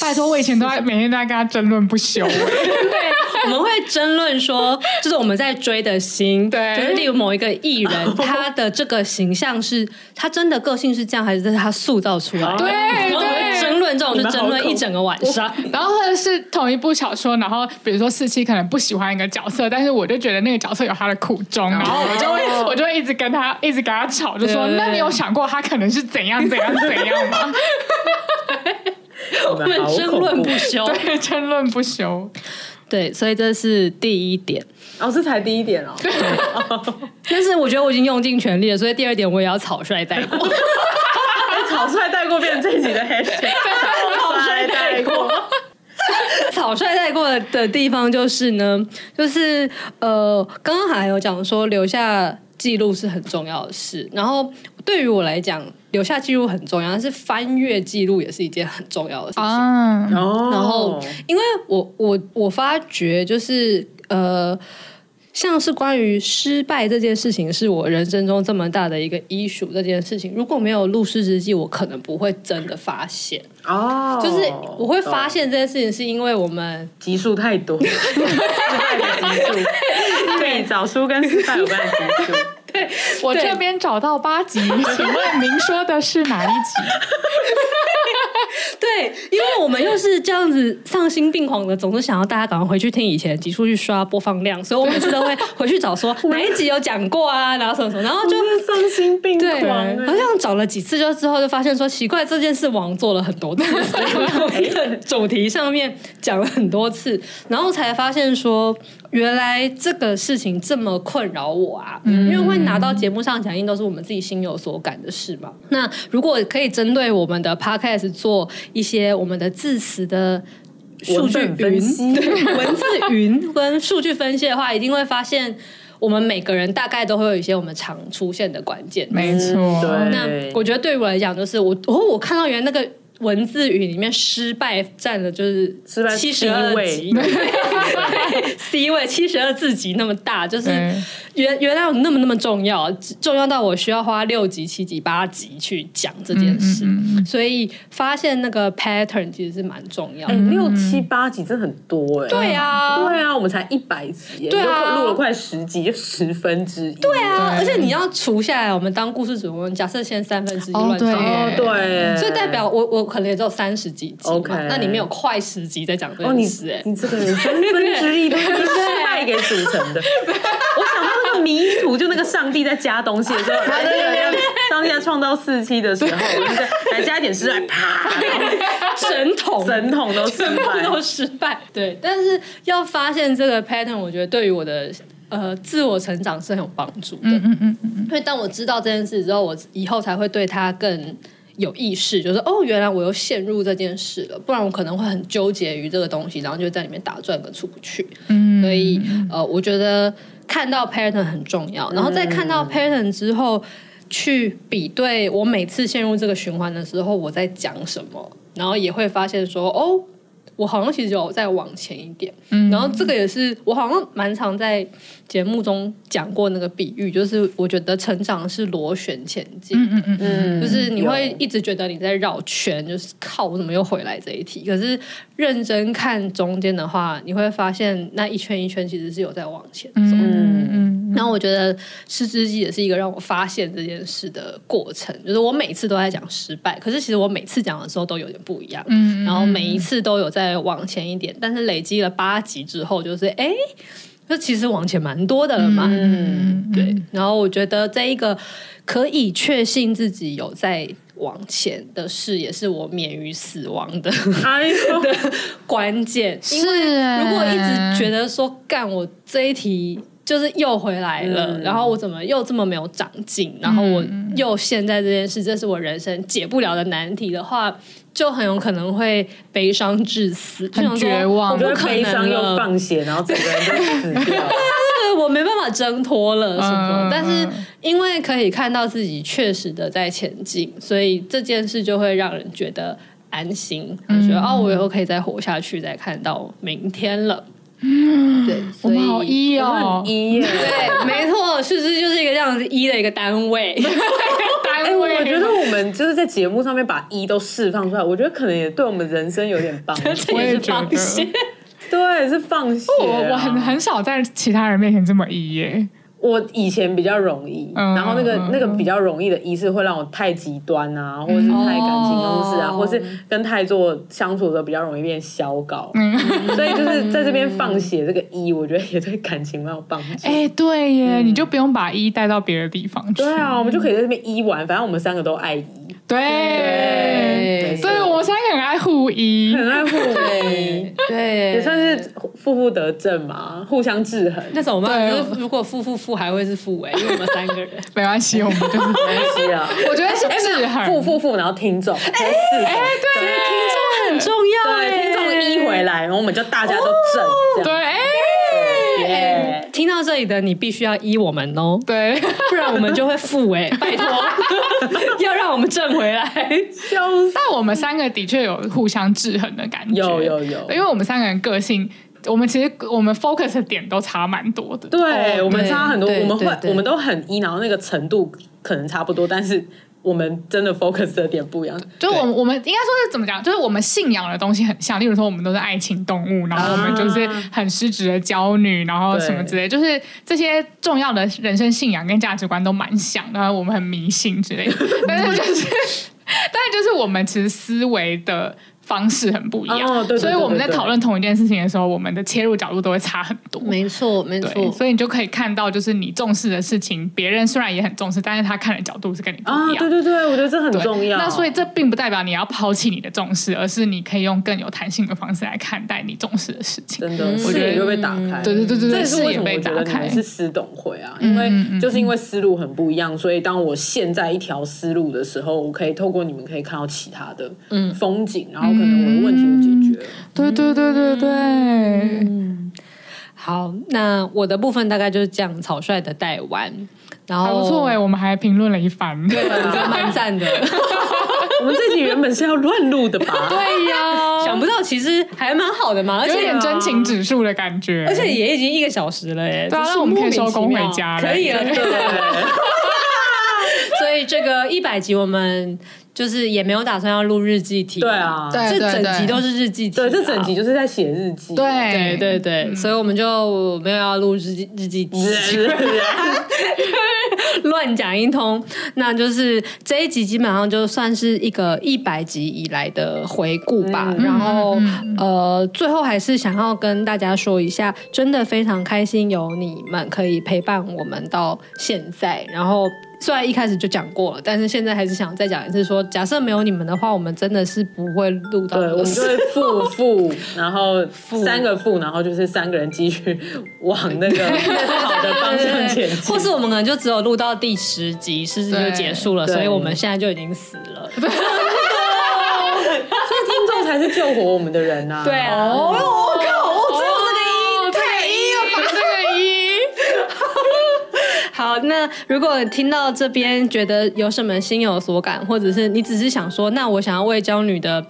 Speaker 4: 拜托，我以前都在每天都在跟他争论
Speaker 2: <laughs>
Speaker 4: 不休，
Speaker 5: 我们会争论说，就是我们在追的星，
Speaker 4: 对
Speaker 5: 就是例如某一个艺人，他的这个形象是他真的个性是这样，还是这是他塑造出来的？
Speaker 2: 对
Speaker 4: 哦
Speaker 5: 然后我们会争论这种，
Speaker 2: 你
Speaker 5: 就
Speaker 2: 们好
Speaker 5: 争论一整个晚上。
Speaker 4: 然后或者是同一部小说，然后比如说四七可能不喜欢一个角色，但是我就觉得那个角色有他的苦衷，然后我就会我就会一直跟他一直跟他吵，就说
Speaker 5: 对
Speaker 4: 那你有想过他可能是怎样怎样怎样吗？
Speaker 2: 我
Speaker 5: 我们争论不休，
Speaker 4: 对，争论不休。
Speaker 5: 对，所以这是第一点。
Speaker 2: 哦，这才第一
Speaker 4: <laughs>
Speaker 2: 点哦。 <laughs>
Speaker 5: 但是我觉得我已经用尽全力了，所以第二点我也要草率带过。
Speaker 2: 哎草率带过变成这一
Speaker 4: <laughs>
Speaker 2: 集的 hashtag，草率带过。
Speaker 5: <laughs> 草率带过的地方就是呢，就是呃，刚刚还有讲说留下记录是很重要的事，然后对于我来讲，留下记录很重要，但是翻阅记录也是一件很重要的事情。
Speaker 4: 啊，
Speaker 2: 哦
Speaker 5: 然后，因为我我我发觉就是呃。像是关于失败这件事情，是我人生中这么大的一个 issue。这件事情如果没有录失之记，我可能不会真的发现。
Speaker 2: 哦，
Speaker 5: 就是我会发现这件事情，是因为我们
Speaker 2: 集数太多，失败的集数，对，早书跟失败有关的集数。
Speaker 4: 我
Speaker 5: 对
Speaker 4: 这边找到八集，请问您说的是哪一集？
Speaker 5: <laughs> 对，因为我们又是这样子丧心病狂的，总是想要大家赶快回去听以前的集数去刷播放量，所以我每次都会回去找说哪一集有讲过啊，然后什么什么，然后就。
Speaker 2: 我是丧心病
Speaker 5: 对，
Speaker 2: 狂哎，
Speaker 5: 好像找了几次，就之后就发现说奇怪，这件事王做了很多
Speaker 2: <laughs>
Speaker 5: 次，同一个主题上面讲了很多次，然后才发现说原来这个事情这么困扰我啊，因为会拿到节目上讲，应都是我们自己心有所感的事嘛。那如果可以针对我们的 podcast 做一些我们的字词的数据
Speaker 2: 文本分
Speaker 5: 云
Speaker 2: 析，
Speaker 5: <laughs> 对文字云跟数据分析的话，一定会发现我们每个人大概都会有一些我们常出现的关键。
Speaker 4: 没错，
Speaker 2: 对
Speaker 5: 那我觉得对我来讲，就是我哦，我看到原来那个文字语里面失败占了就是
Speaker 2: 失败
Speaker 5: 七十二
Speaker 2: 位
Speaker 5: 集 C 位七十二字集那么大，就是
Speaker 4: 对
Speaker 5: 原原来有那么那么重要，重要到我需要花六集、七集、八集去讲这件事。
Speaker 4: 嗯嗯嗯
Speaker 5: 所以发现那个 pattern 其实是蛮重要
Speaker 2: 哎、
Speaker 5: 的。
Speaker 2: 六七八集真的很多哎、
Speaker 5: 对啊，
Speaker 2: 对啊，我们才一百集耶，
Speaker 5: 对啊
Speaker 2: 你都录了快十集，就十分之一。对
Speaker 5: 对啊，
Speaker 4: 对
Speaker 5: 而且你要除下来，我们当故事主人，假设现在三分之一
Speaker 6: 哦
Speaker 5: 乱
Speaker 6: 对
Speaker 5: 放
Speaker 2: 哦，对，
Speaker 5: 所以代表我我可能也只有三十几集嘛
Speaker 2: OK
Speaker 5: 那里面有快十集在讲这
Speaker 2: 哦，你
Speaker 5: 件事、哎、
Speaker 2: 你这个人三分之一都是失败给组成的。我想到那个迷途，就那个上帝在加东西的时候，来那个上帝在创造四期的时候，我就在来加一点失败，啪，
Speaker 5: 神童，
Speaker 2: 整桶都失败。
Speaker 5: <laughs> 都失败。对，但是要发现这个 pattern，我觉得对于我的呃自我成长是很有帮助的。
Speaker 4: 嗯嗯嗯，
Speaker 5: 因为当我知道这件事之后，我以后才会对它更有意识，就是哦，原来我又陷入这件事了，不然我可能会很纠结于这个东西，然后就在里面打转，跟出不去。嗯，所以呃，我觉得看到 pattern 很重要，然后在看
Speaker 4: 嗯
Speaker 5: 到 pattern 之后，去比对我每次陷入这个循环的时候，我在讲什么，然后也会发现说哦。我好像其实有再往前一点，嗯、然后这个也是我好像蛮常在节目中讲过那个比喻，就是我觉得成长是螺旋前进，嗯嗯嗯，就是你会一直觉得你在绕圈，就是靠我怎么又回来这一题，可是认真看中间的话，你会发现那一圈一圈其实是有在往前走。
Speaker 6: 嗯
Speaker 5: 然后我觉得失之记也是一个让我发现这件事的过程，就是我每次都在讲失败，可是其实我每次讲的时候都有点不一样，嗯，然后每一次都有在往前一点，但是累积了八集之后，就是哎，诶就其实往前蛮多的了嘛，嗯，对。然后我觉得这一个可以确信自己有在往前的事，也是我免于死亡的 <laughs>
Speaker 2: 哎呦，
Speaker 5: 关键，因为
Speaker 6: 是欸，
Speaker 5: 如果一直觉得说干我这一题就是又回来了，
Speaker 2: 嗯
Speaker 5: 然后我怎么又这么没有长进，然后我又陷在这件事，这是我人生解不了的难题的话，就很有可能会悲伤致死，就
Speaker 4: 很
Speaker 5: 想说
Speaker 4: 绝望
Speaker 5: 我
Speaker 2: 就
Speaker 5: 不
Speaker 2: 是
Speaker 5: 可
Speaker 2: 悲伤
Speaker 5: 能
Speaker 2: 又
Speaker 5: 了。
Speaker 2: 放血，然后整个人就死掉
Speaker 5: <laughs>
Speaker 2: 了。
Speaker 5: 对，我没办法挣脱了什
Speaker 4: 嗯
Speaker 5: 么，但是
Speaker 4: 嗯
Speaker 5: 因为可以看到自己确实的在前进，所以这件事就会让人觉得安心，觉
Speaker 4: 嗯
Speaker 5: 得哦，我以后可以再活下去，再看到明天了。对，
Speaker 4: 嗯我
Speaker 5: 所以
Speaker 4: 们好一哦，
Speaker 2: 一耶，
Speaker 5: 对，没错，是不是就是一个这样子一的一个单位？
Speaker 2: 哎，
Speaker 4: 单
Speaker 2: 我
Speaker 4: 位，
Speaker 2: 觉得我们就是在节目上面把一都释放出来，我觉得可能也对我们人生有点帮助。
Speaker 4: <laughs> 我也
Speaker 5: 是
Speaker 4: 觉
Speaker 5: <laughs> 放
Speaker 4: 得，
Speaker 5: 心
Speaker 2: 对，是放血啊。
Speaker 4: 我我很很少在其他人面前这么一耶，
Speaker 2: 我以前比较容易，
Speaker 4: 嗯
Speaker 2: 然后那个、
Speaker 4: 嗯
Speaker 2: 那个比较容易的仪式会让我太极端啊，或者是太感情用事啊，
Speaker 5: 哦
Speaker 2: 或是跟太做相处的时候比较容易变消稿，
Speaker 4: 嗯
Speaker 2: 所以就是在这边放血这个一，我觉得也对感情蛮有帮助。
Speaker 4: 哎，对耶，你就不用把一带到别的地方去，
Speaker 2: 对啊，我们就可以在这边一玩，反正我们三个都
Speaker 4: <laughs>
Speaker 2: 爱一，
Speaker 4: 对，
Speaker 2: 没错
Speaker 4: 对我们三个很爱互一，
Speaker 2: 很爱互一，
Speaker 5: 对，
Speaker 2: 也算是负负得正嘛，互相制衡。
Speaker 5: 那怎么办？
Speaker 4: 对
Speaker 5: 就是如果负负负还会是负哎，因为我们三
Speaker 4: <laughs>
Speaker 5: 个人
Speaker 4: 没关系，我们就是，
Speaker 2: 没关系啊，
Speaker 4: 我觉得是
Speaker 2: 哎没
Speaker 4: <laughs> 制
Speaker 2: 有负
Speaker 4: 衡，
Speaker 2: 负负，然后听众，哎哎
Speaker 5: 很重要
Speaker 4: 欸
Speaker 2: 对，听众一回来，然后我们就大家都正，这样
Speaker 4: 对，哎，
Speaker 2: 耶
Speaker 5: 听到这里的你必须要依我们哦， <laughs>
Speaker 4: 对，
Speaker 5: 不然我们就会负
Speaker 2: <laughs>
Speaker 5: 哎，拜托， <laughs> 要让我们挣回来。
Speaker 2: 笑死！
Speaker 4: 但我们三个的确有互相制衡的感觉，哎
Speaker 2: 有有有
Speaker 4: 因为我们三个人个性，我们其实我们 focus 的点都差蛮多的，
Speaker 2: 对我们差很多，
Speaker 5: 哦对
Speaker 2: 我们
Speaker 5: 对
Speaker 2: 会
Speaker 5: 对
Speaker 2: 我们都很一，然后那个程度可能差不多，但是我们真的 focus 的点不一样。
Speaker 4: 就是我们我们应该说是怎么讲？就是我们信仰的东西很像，例如说我们都是爱情动物，然后我们就是
Speaker 2: 啊
Speaker 4: 很失职的娇女，然后什么之类，就是这些重要的人生信仰跟价值观都蛮像，然后我们很迷信之类
Speaker 2: <laughs>
Speaker 4: 的，但是就是， <laughs> 但是就是我们其实思维的。方式很不一样，
Speaker 2: 哦对对对
Speaker 4: 所以我们在
Speaker 2: 对对
Speaker 4: 讨论同一件事情的时候，我们的切入角度都会差很多。
Speaker 5: 没错，没
Speaker 4: 对，所以你就可以看到，就是你重视的事情，别人虽然也很重视，但是他看的角度是跟你不
Speaker 2: 啊
Speaker 4: 一，样
Speaker 2: 对。对对，我觉得这很
Speaker 4: 对
Speaker 2: 重要。
Speaker 4: 那所以这并不代表你要抛弃你的重视，而是你可以用更有弹性的方式来看待你重视的事情。
Speaker 2: 真的视
Speaker 4: 觉得
Speaker 2: 野就被打开，
Speaker 4: 嗯对对对对
Speaker 2: 这
Speaker 4: 对，
Speaker 2: 也
Speaker 4: 视
Speaker 2: 是为
Speaker 4: 野
Speaker 2: 什么
Speaker 4: 被
Speaker 2: 我
Speaker 4: 打
Speaker 2: 觉得你
Speaker 4: 开嗯
Speaker 2: 们。是私董会啊，因为就是因为思路很不一样，所以当我陷在一条思路的时候，我可以透过你们可以看到其他的
Speaker 4: 嗯
Speaker 2: 风景，然后可能我的问题就解决了。
Speaker 4: 嗯对对对对对，
Speaker 5: 嗯好，那我的部分大概就是这样，草率的带完，然
Speaker 4: 还
Speaker 5: 后
Speaker 4: 不错哎、我们还评论了一番。
Speaker 5: 哦对，啊我
Speaker 4: <laughs>
Speaker 5: 觉得蛮赞的。
Speaker 2: 我们这集原本是要乱录的
Speaker 4: <laughs>
Speaker 2: 吧？
Speaker 5: 对呀，想不到其实还蛮好的嘛，而
Speaker 4: 有
Speaker 5: 且
Speaker 4: 点真情指数的感觉，
Speaker 5: 而且也已经一个小时了耶，
Speaker 4: 对啊
Speaker 5: 真是
Speaker 4: 那我们可以收工
Speaker 5: 莫名其妙
Speaker 4: 回家了
Speaker 5: 可以了，
Speaker 4: 对
Speaker 5: 对。 <laughs> 所以这个一百集我们就是也没有打算要录日记题，
Speaker 2: 对，啊，
Speaker 5: 这
Speaker 6: 对对
Speaker 5: 整
Speaker 6: 对，
Speaker 5: 集都是日记啊题，
Speaker 2: 对，这整集。就是在写日记。
Speaker 5: 对
Speaker 4: 对
Speaker 6: 哎
Speaker 5: 对对，
Speaker 6: 嗯
Speaker 5: 所以我们就没有要录日记日记题，乱讲一通。那就是这一集基本上就算是一个一百集以来的回顾吧。
Speaker 2: 嗯
Speaker 5: 然后、
Speaker 6: 嗯嗯
Speaker 5: 呃，最后还是想要跟大家说一下，真的非常开心有你们可以陪伴我们到现在。然后虽然一开始就讲过了，但是现在还是想再讲一次说假设没有你们的话，我们真的是不会录到
Speaker 2: 对，我
Speaker 5: 这个
Speaker 2: 们就
Speaker 5: 事。
Speaker 2: 会 <laughs> 负负，然后三个负，然后就是三个人继续往那个好的方向前进。
Speaker 5: <laughs> 或是我们可能就只有录到第十集，是不是就
Speaker 4: 对
Speaker 5: 结束了？
Speaker 2: 对
Speaker 5: 所以我们现在就已经死了。
Speaker 2: 所以听众才是救活我们的人呐、
Speaker 5: 对啊，哦，我靠，我只有这个一，太一了。
Speaker 4: 这个一，
Speaker 5: 好，那如果听到这边觉得有什么心有所感，或者是你只是想说，那我想要为娇女的。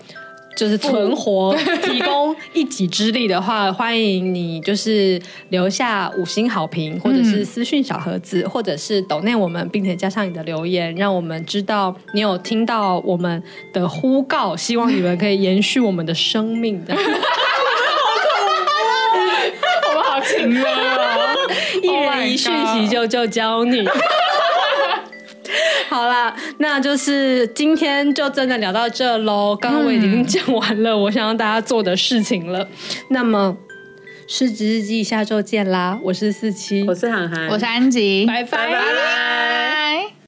Speaker 5: 就是存活提供一己之力的话，欢迎你就是留下五星好评，或者是私讯小盒子，或者是抖内我们，并且加上你的留言，让我们知道你有听到我们的呼告，希望你们可以延续我们的生命的。
Speaker 4: 我们好情歌哦，
Speaker 5: <laughs> 一人一讯息就就教你。 <laughs> 好啦，那就是今天就真的聊到这喽。刚刚我已经讲完了我想让大家做的事情了。那么，失职日记下周见啦！我是四七，
Speaker 2: 我是涵涵，
Speaker 6: 我是安吉，
Speaker 5: 拜拜
Speaker 2: 拜拜。